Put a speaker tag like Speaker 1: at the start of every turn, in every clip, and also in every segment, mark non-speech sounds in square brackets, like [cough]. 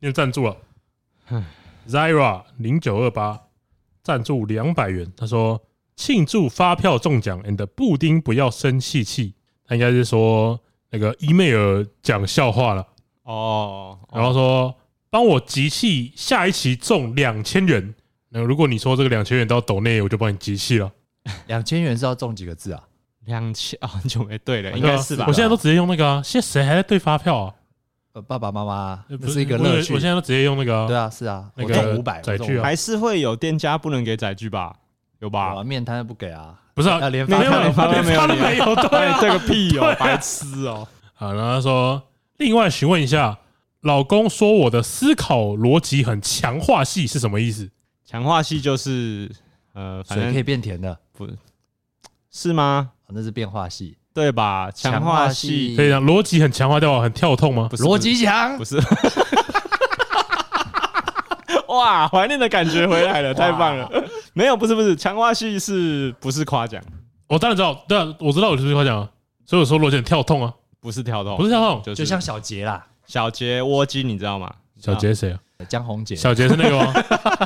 Speaker 1: 念赞助了，Zira 零九二八赞助两百元，他说庆祝发票中奖，and 布丁不要生气气，他应该是说那个伊妹尔讲笑话了，
Speaker 2: 哦，
Speaker 1: 然后说帮我集气，下一期中两千元。那如果你说这个两千元到抖内，我就帮你集气了。
Speaker 3: 两千元是要中几个字啊？
Speaker 2: 两千啊，很久没对
Speaker 1: 哦
Speaker 2: 了，应该是吧？
Speaker 1: 我现在都直接用那个啊，现在谁还在对发票啊？
Speaker 3: 呃，爸爸妈妈，
Speaker 1: 呃
Speaker 3: 这
Speaker 1: 不
Speaker 3: 是一个乐趣
Speaker 1: 我。现在都直接用那个啊
Speaker 3: 对啊，是啊，
Speaker 1: 那
Speaker 3: 我
Speaker 1: 个
Speaker 3: 中五百，
Speaker 1: 载
Speaker 3: 我
Speaker 1: 具啊
Speaker 3: 中
Speaker 2: 还是会有店家不能给载具吧？有
Speaker 3: 啊，
Speaker 2: 吧
Speaker 3: 我？面摊不给啊，
Speaker 1: 不是啊
Speaker 3: 要，连
Speaker 1: 哦没
Speaker 3: 发
Speaker 1: 有连发
Speaker 3: 票都
Speaker 1: 票
Speaker 2: 没有
Speaker 1: 他都
Speaker 2: 连发
Speaker 1: 没有，对
Speaker 2: 哎
Speaker 1: 啊，
Speaker 2: 这个屁
Speaker 1: 对
Speaker 2: 哦
Speaker 1: 啊，
Speaker 2: 白痴哦！
Speaker 1: 好，然后他说，另外询问一下，老公说我的思考逻辑很强化系是什么意思？
Speaker 2: 强化系就是呃，反
Speaker 3: 水可以
Speaker 2: 正
Speaker 3: 变甜的，
Speaker 2: 是吗？
Speaker 3: 哦那是变化系。
Speaker 2: 对吧？强化系
Speaker 1: 可以讲逻辑很强化掉很跳痛吗？
Speaker 2: 嗯不是
Speaker 3: 逻辑强
Speaker 2: 不，是。 [laughs] 哇，怀念的感觉回来了，太棒了！没有，不是不是，强化系是不是夸奖？
Speaker 1: 我当然知道，对啊，我知道我就是夸奖啊，所以我说逻辑很跳痛啊，
Speaker 2: 不是跳动，
Speaker 1: 不是跳痛。
Speaker 2: 就
Speaker 3: 就是像小杰啦，
Speaker 2: 小杰窝鸡，你知道吗？
Speaker 1: 小杰谁啊？
Speaker 3: 江宏杰，
Speaker 1: 小杰是那个吗？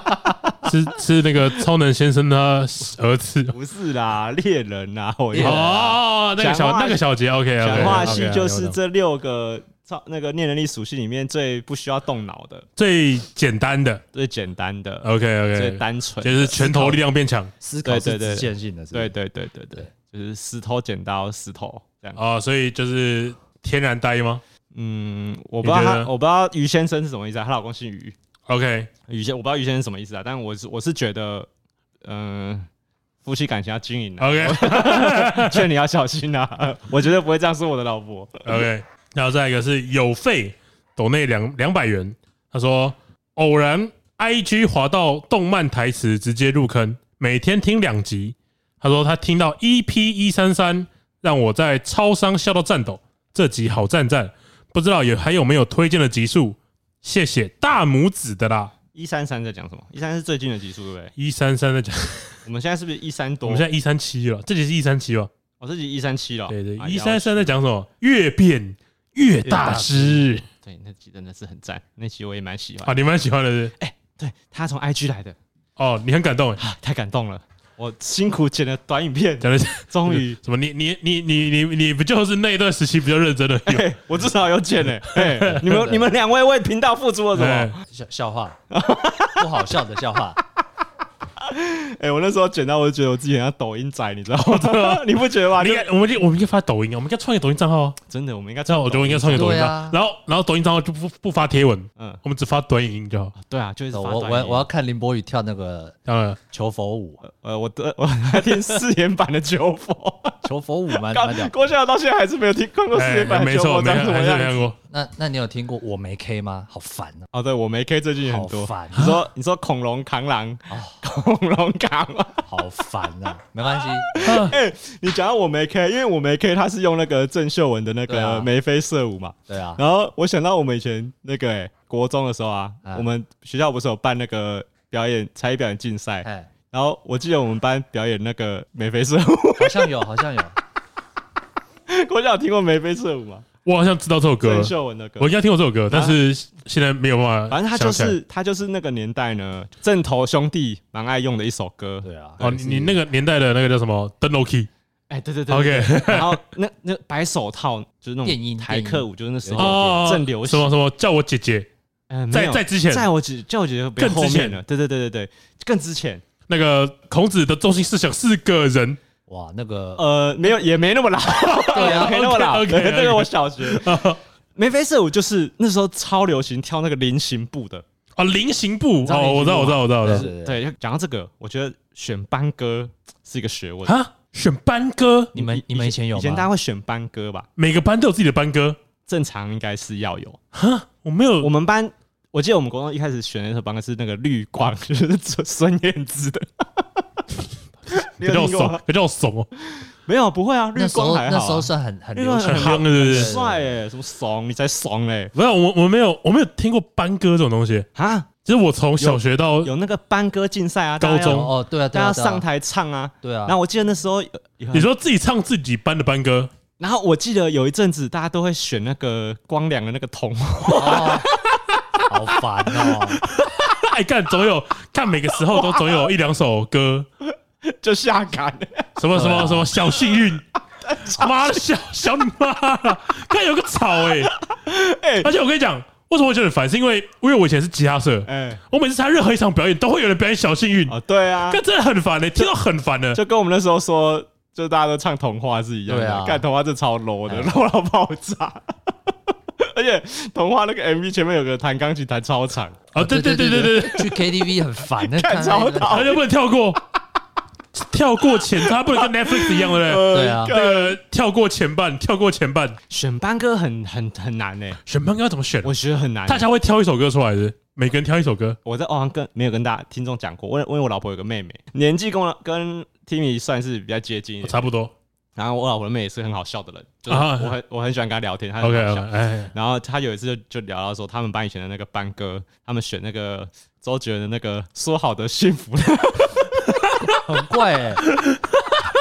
Speaker 2: [laughs]
Speaker 1: 是是那个超能先生他儿子
Speaker 2: 不是啦，猎人
Speaker 3: [laughs]
Speaker 2: 啦，我
Speaker 3: 猎人啊
Speaker 1: 哦，那个
Speaker 2: 讲
Speaker 1: 小
Speaker 2: 话
Speaker 1: 那个小杰，OK
Speaker 2: 强
Speaker 1: OK，
Speaker 2: 化系就是这六个超那个念能力属性里面最不需要动脑的、
Speaker 1: 最简单的
Speaker 2: 最简单的、
Speaker 1: ，OK
Speaker 2: 最
Speaker 1: OK，
Speaker 2: 单纯
Speaker 1: 就
Speaker 2: 的。
Speaker 1: 是拳头力量变强
Speaker 3: 思考
Speaker 2: 对
Speaker 3: 是
Speaker 2: 对对
Speaker 3: 直线性的，是不
Speaker 2: 对
Speaker 3: 是，
Speaker 2: 对对对对，就是石头剪刀石头这样。
Speaker 1: 啊，所以就是天然呆吗
Speaker 2: 嗯，我不知道
Speaker 1: 你觉
Speaker 2: 他
Speaker 1: 得，
Speaker 2: 我不知道于先生是什么意思啊？她老公姓于，
Speaker 1: ？OK，
Speaker 2: 于先我不知道于先生是什么意思啊，但我是我是觉得，嗯。夫妻感情要经
Speaker 1: [laughs]
Speaker 2: 营啊，
Speaker 1: OK
Speaker 2: 劝你要小心啊！我绝对不会这样说我的老婆。
Speaker 1: OK，然后再一个是有费抖内两两百元，他说偶然 IG 滑到动漫台词直接入坑，每天听两集。他说他听到 EP 一三三，让我在超商笑到颤抖。这集好赞赞，不知道有还有没有推荐的集数？谢谢大拇指的啦。
Speaker 2: 一三三在讲什么？一三是最近的集数对不对？
Speaker 1: 一三三在讲，
Speaker 2: 我们现在是不是一三
Speaker 1: 我
Speaker 2: 多？
Speaker 1: 们现在一三七了，这集是一三七吧？
Speaker 2: 我自己哦一三七了。
Speaker 1: 对对，
Speaker 2: 哎
Speaker 1: 一
Speaker 2: 呀
Speaker 1: 三三在讲什么？越变越大师
Speaker 2: 对，那集真的是很赞，那集我也蛮喜欢。
Speaker 1: 啊，你蛮喜欢的是不是
Speaker 2: 对他从 IG 来的，
Speaker 1: 哦，你很感动耶。
Speaker 2: 啊太感动了。我辛苦剪了短影片，
Speaker 1: 讲的，
Speaker 2: 终于
Speaker 1: 什么？你你你你你你不就是那一段时期比较认真的有？
Speaker 2: 嘿我至少有剪
Speaker 1: [laughs]
Speaker 2: 嘞。嘿你们你们两位为频道付出了什
Speaker 1: 哎
Speaker 2: 么？
Speaker 3: 笑笑话， [laughs] 不好笑的笑
Speaker 1: [laughs]
Speaker 3: 话，
Speaker 1: 嗯
Speaker 2: 哎，我那时候剪到，我就觉得我自己很像抖音仔，你知道
Speaker 1: 哦
Speaker 2: 吗？ [laughs] 你不觉得吗？
Speaker 1: 你
Speaker 2: 啊就
Speaker 1: 应该，我们就我们应该发抖音啊，我们应该创一个抖音账号啊。
Speaker 2: 真的，我们应该
Speaker 1: 这样我觉得我应该创一个抖音账
Speaker 3: 对啊
Speaker 1: 号，然后然后抖音账号就不不发贴文，
Speaker 2: 嗯，
Speaker 1: 我们只发短影音就好。
Speaker 2: 对啊，就是
Speaker 3: 我
Speaker 2: 发
Speaker 3: 我
Speaker 2: 短
Speaker 3: 我
Speaker 2: 影
Speaker 3: 我要看林柏宇跳那个
Speaker 1: 当然，
Speaker 3: 求佛舞，
Speaker 2: 呃，我的我还听四 [laughs] 连版的九佛，
Speaker 3: 求佛舞蛮蛮屌
Speaker 2: 刚。郭笑到现在还是没有听看过四连版的
Speaker 1: 哎没
Speaker 2: 九
Speaker 1: 错，
Speaker 2: 佛
Speaker 1: 没
Speaker 2: 长什
Speaker 1: 看
Speaker 2: 么
Speaker 1: 还是没
Speaker 2: 样子。
Speaker 1: 看过。
Speaker 3: 那那你有听过我没 K 吗？好烦啊，
Speaker 2: 哦，对，我没 K 最近也很
Speaker 3: 好
Speaker 2: 多。
Speaker 3: 烦
Speaker 2: 你说你说恐龙扛狼，
Speaker 3: 哦
Speaker 2: 恐龙扛
Speaker 3: [laughs]
Speaker 2: 狼。
Speaker 3: 好烦啊！没关
Speaker 1: [laughs]
Speaker 3: 系，
Speaker 1: 啊
Speaker 2: 哎、你讲到我没 K，因为我没 K，他是用那个郑秀文的那
Speaker 3: 对
Speaker 2: 个
Speaker 3: 啊
Speaker 2: 眉飞色舞嘛。
Speaker 3: 对啊，
Speaker 2: 然后我想到我们以前那个、哎，国中的时候啊，
Speaker 3: 啊
Speaker 2: 我们学校不是有办那个表演才艺表演竞赛，
Speaker 3: 哎，
Speaker 2: 然后我记得我们班表演那个眉飞色
Speaker 3: [laughs]
Speaker 2: 舞，
Speaker 3: 好像有，好像有，
Speaker 2: 国小有听过眉飞色舞吗？
Speaker 1: 我好像知道这首歌
Speaker 2: 郑，秀文的歌
Speaker 1: 我。应该听过这首歌，但是现在没有办法想起来。
Speaker 2: 啊反正他就是他就是那个年代呢，正头兄弟蛮爱用的一首歌。
Speaker 3: 对啊，
Speaker 1: 哦，你你那个年代的那个叫什么登 Loki
Speaker 2: 哎、对对对
Speaker 1: OK
Speaker 2: 然后那那白手套就是那
Speaker 3: 电音
Speaker 2: 种台
Speaker 3: 电音
Speaker 2: 客舞，就是那时
Speaker 3: 有
Speaker 2: 候
Speaker 1: 哦，
Speaker 2: 正流
Speaker 1: 什
Speaker 2: 行
Speaker 1: 么。什么叫我姐姐，
Speaker 2: 嗯，没
Speaker 1: 在
Speaker 2: 有
Speaker 1: 在之前
Speaker 2: 在我姐在我姐姐比较
Speaker 1: 更之
Speaker 2: 后面
Speaker 1: 前
Speaker 2: 了，对对对对对，更之前，
Speaker 1: 那个孔子的中心思想是个人，
Speaker 3: 哇，那个
Speaker 2: 呃，没有也没那么老， [laughs]
Speaker 3: 对啊
Speaker 2: 没那么老，
Speaker 1: OK，OK，OK
Speaker 2: 对这个我小学 [laughs] 眉飞色舞就是那时候超流行跳那个菱形步的，
Speaker 1: 哦，菱形步
Speaker 3: 知道
Speaker 1: 哦，我知道，我知道，我知道，我知道。
Speaker 3: 是
Speaker 2: 对，就讲到这个，我觉得选班歌是一个学问。
Speaker 1: 啊，选班歌，
Speaker 3: 你们
Speaker 2: 以
Speaker 3: 你们以前有
Speaker 2: 以前大家
Speaker 3: 吗？
Speaker 2: 会选班歌吧？
Speaker 1: 每个班都有自己的班歌。
Speaker 2: 正常应该是要有。
Speaker 1: 我没有
Speaker 2: 我们班，我记得我们国中一开始选的那首班歌是那个《绿光》， [laughs] 就是孙孙燕姿
Speaker 1: [laughs]
Speaker 2: 的。
Speaker 1: 比
Speaker 2: 你有
Speaker 1: 较
Speaker 2: 听过吗
Speaker 1: 怂，？比较怂哦，
Speaker 2: 没有，不会啊，《绿
Speaker 3: 那时
Speaker 2: 光》
Speaker 3: 候
Speaker 2: 还
Speaker 3: 那
Speaker 2: 好
Speaker 3: 时候
Speaker 2: 啊。
Speaker 3: 算很很
Speaker 2: 绿
Speaker 3: 流
Speaker 2: 光
Speaker 3: 行
Speaker 1: 很，夯的，对不
Speaker 2: 很
Speaker 1: 对？
Speaker 2: 帅哎，什么怂？你才怂嘞！
Speaker 1: 没有，我我没有，我没有听过班歌这种东西。
Speaker 2: 啊，
Speaker 1: 就是我从小学到
Speaker 2: 有那个班歌竞赛啊，
Speaker 1: 高
Speaker 2: 大家要
Speaker 1: 中
Speaker 3: 哦，对啊，对
Speaker 2: 大家
Speaker 3: 啊，对啊
Speaker 2: 上，台唱啊。
Speaker 3: 对啊
Speaker 2: 然，后我记得那时候，有
Speaker 1: 你，说自己唱自己班的班歌， [laughs]
Speaker 2: 然后我记得有一阵子大家都会选那个光良的那个《童话
Speaker 3: 哦好烦哦。
Speaker 1: 哎干，总
Speaker 2: [laughs]
Speaker 1: 有看每个时候都总有一两首歌，
Speaker 2: [laughs] 就下岗。
Speaker 1: 什么什
Speaker 3: 对
Speaker 1: 么
Speaker 3: 啊
Speaker 1: 什么小幸
Speaker 2: [laughs]
Speaker 1: 运，妈的小小你妈啦！看有个草哎、
Speaker 2: [laughs] 哎
Speaker 1: 而且我跟你讲，为什么我觉得很烦，是因为因为我以前是吉他社，
Speaker 2: 哎，
Speaker 1: 我每次参加任何一场表演都会有人表演小幸运，
Speaker 2: 哦，对啊，
Speaker 1: 干真的很烦哎、听到很烦
Speaker 3: [laughs]
Speaker 1: 的。
Speaker 2: 就跟我们那时候说，就大家都唱童话是一样
Speaker 3: 对
Speaker 2: 的
Speaker 3: 啊，
Speaker 2: 干童话这超 low 的
Speaker 3: 哎
Speaker 2: ，low 到爆炸。 [laughs] 而且童话那个 MV 前面有个弹钢琴弹超长，
Speaker 1: 啊，对对对对对对，，
Speaker 3: 去 KTV 很烦，那
Speaker 2: 看超讨
Speaker 1: 好像不能跳过， [laughs] 跳过前，他不 [laughs] 能跟 Netflix 一样的嘞。
Speaker 2: 对
Speaker 3: [laughs]
Speaker 2: [laughs]
Speaker 3: 对啊
Speaker 1: 那个跳过前半，跳过前半，
Speaker 2: 选班歌很很很难诶、
Speaker 1: 选班歌要怎么选？
Speaker 2: 我觉得很难欸、
Speaker 1: 大家会挑一首歌出来的，每个人挑一首歌。
Speaker 2: 我在哦好像跟没有跟大家听众讲过，我因为我老婆有个妹妹，年纪跟我跟 Timmy 算是比较接近一点，
Speaker 1: 哦差不多
Speaker 2: 然后我老婆的妹也是很好笑的人，就是
Speaker 1: 啊
Speaker 2: 我很我很喜欢跟她聊天，她很
Speaker 1: ，OK，
Speaker 2: 好笑。
Speaker 1: OK，哎，
Speaker 2: 然后她有一次就就聊到说，他们班以前的那个班歌，他们选那个周杰伦的那个《说好的幸福》，
Speaker 3: 很怪哎。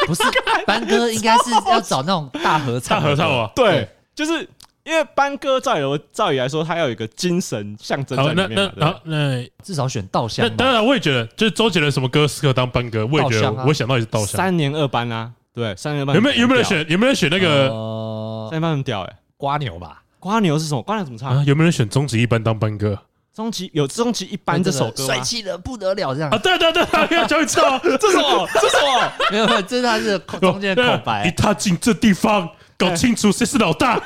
Speaker 3: 不是班哥应该是要找那种大合唱
Speaker 1: 大
Speaker 3: 的，
Speaker 1: 合唱啊。
Speaker 2: 对
Speaker 3: 对，
Speaker 2: 就是因为班歌照理我照理来说，它要有一个精神象征
Speaker 1: 好，
Speaker 2: 在
Speaker 1: 那
Speaker 2: 里面
Speaker 1: 那
Speaker 2: 嘛，对
Speaker 1: 然
Speaker 2: 不
Speaker 1: 后那
Speaker 3: 至少选稻香
Speaker 1: 那
Speaker 3: 吧。
Speaker 1: 当然，我也觉得，就是周杰伦什么歌适合当班歌，我也觉
Speaker 3: 稻
Speaker 1: 得
Speaker 3: 香啊，
Speaker 1: 我想到也是稻
Speaker 2: 对
Speaker 1: 香。
Speaker 2: 三年二班啊，对，三年二班
Speaker 1: 有没有有没有
Speaker 2: 很
Speaker 1: 人
Speaker 2: 屌欸？
Speaker 1: 选有没有人选那个
Speaker 3: 呃
Speaker 2: 三年二班很屌哎，
Speaker 3: 瓜牛吧，
Speaker 2: 瓜牛是什么？瓜牛怎么唱
Speaker 1: 啊？？有没有人选终极一班当班歌
Speaker 2: 终极有终极一班这首歌
Speaker 3: 帅
Speaker 2: 吗？
Speaker 3: 气的不得了，这样
Speaker 1: 啊？对对对， [laughs] 要教你唱。
Speaker 2: 这是我，这是我。
Speaker 3: 没有，没有，这是他是空中间的口
Speaker 1: 一
Speaker 3: 白，
Speaker 1: 踏进这地方，搞清楚谁是老大。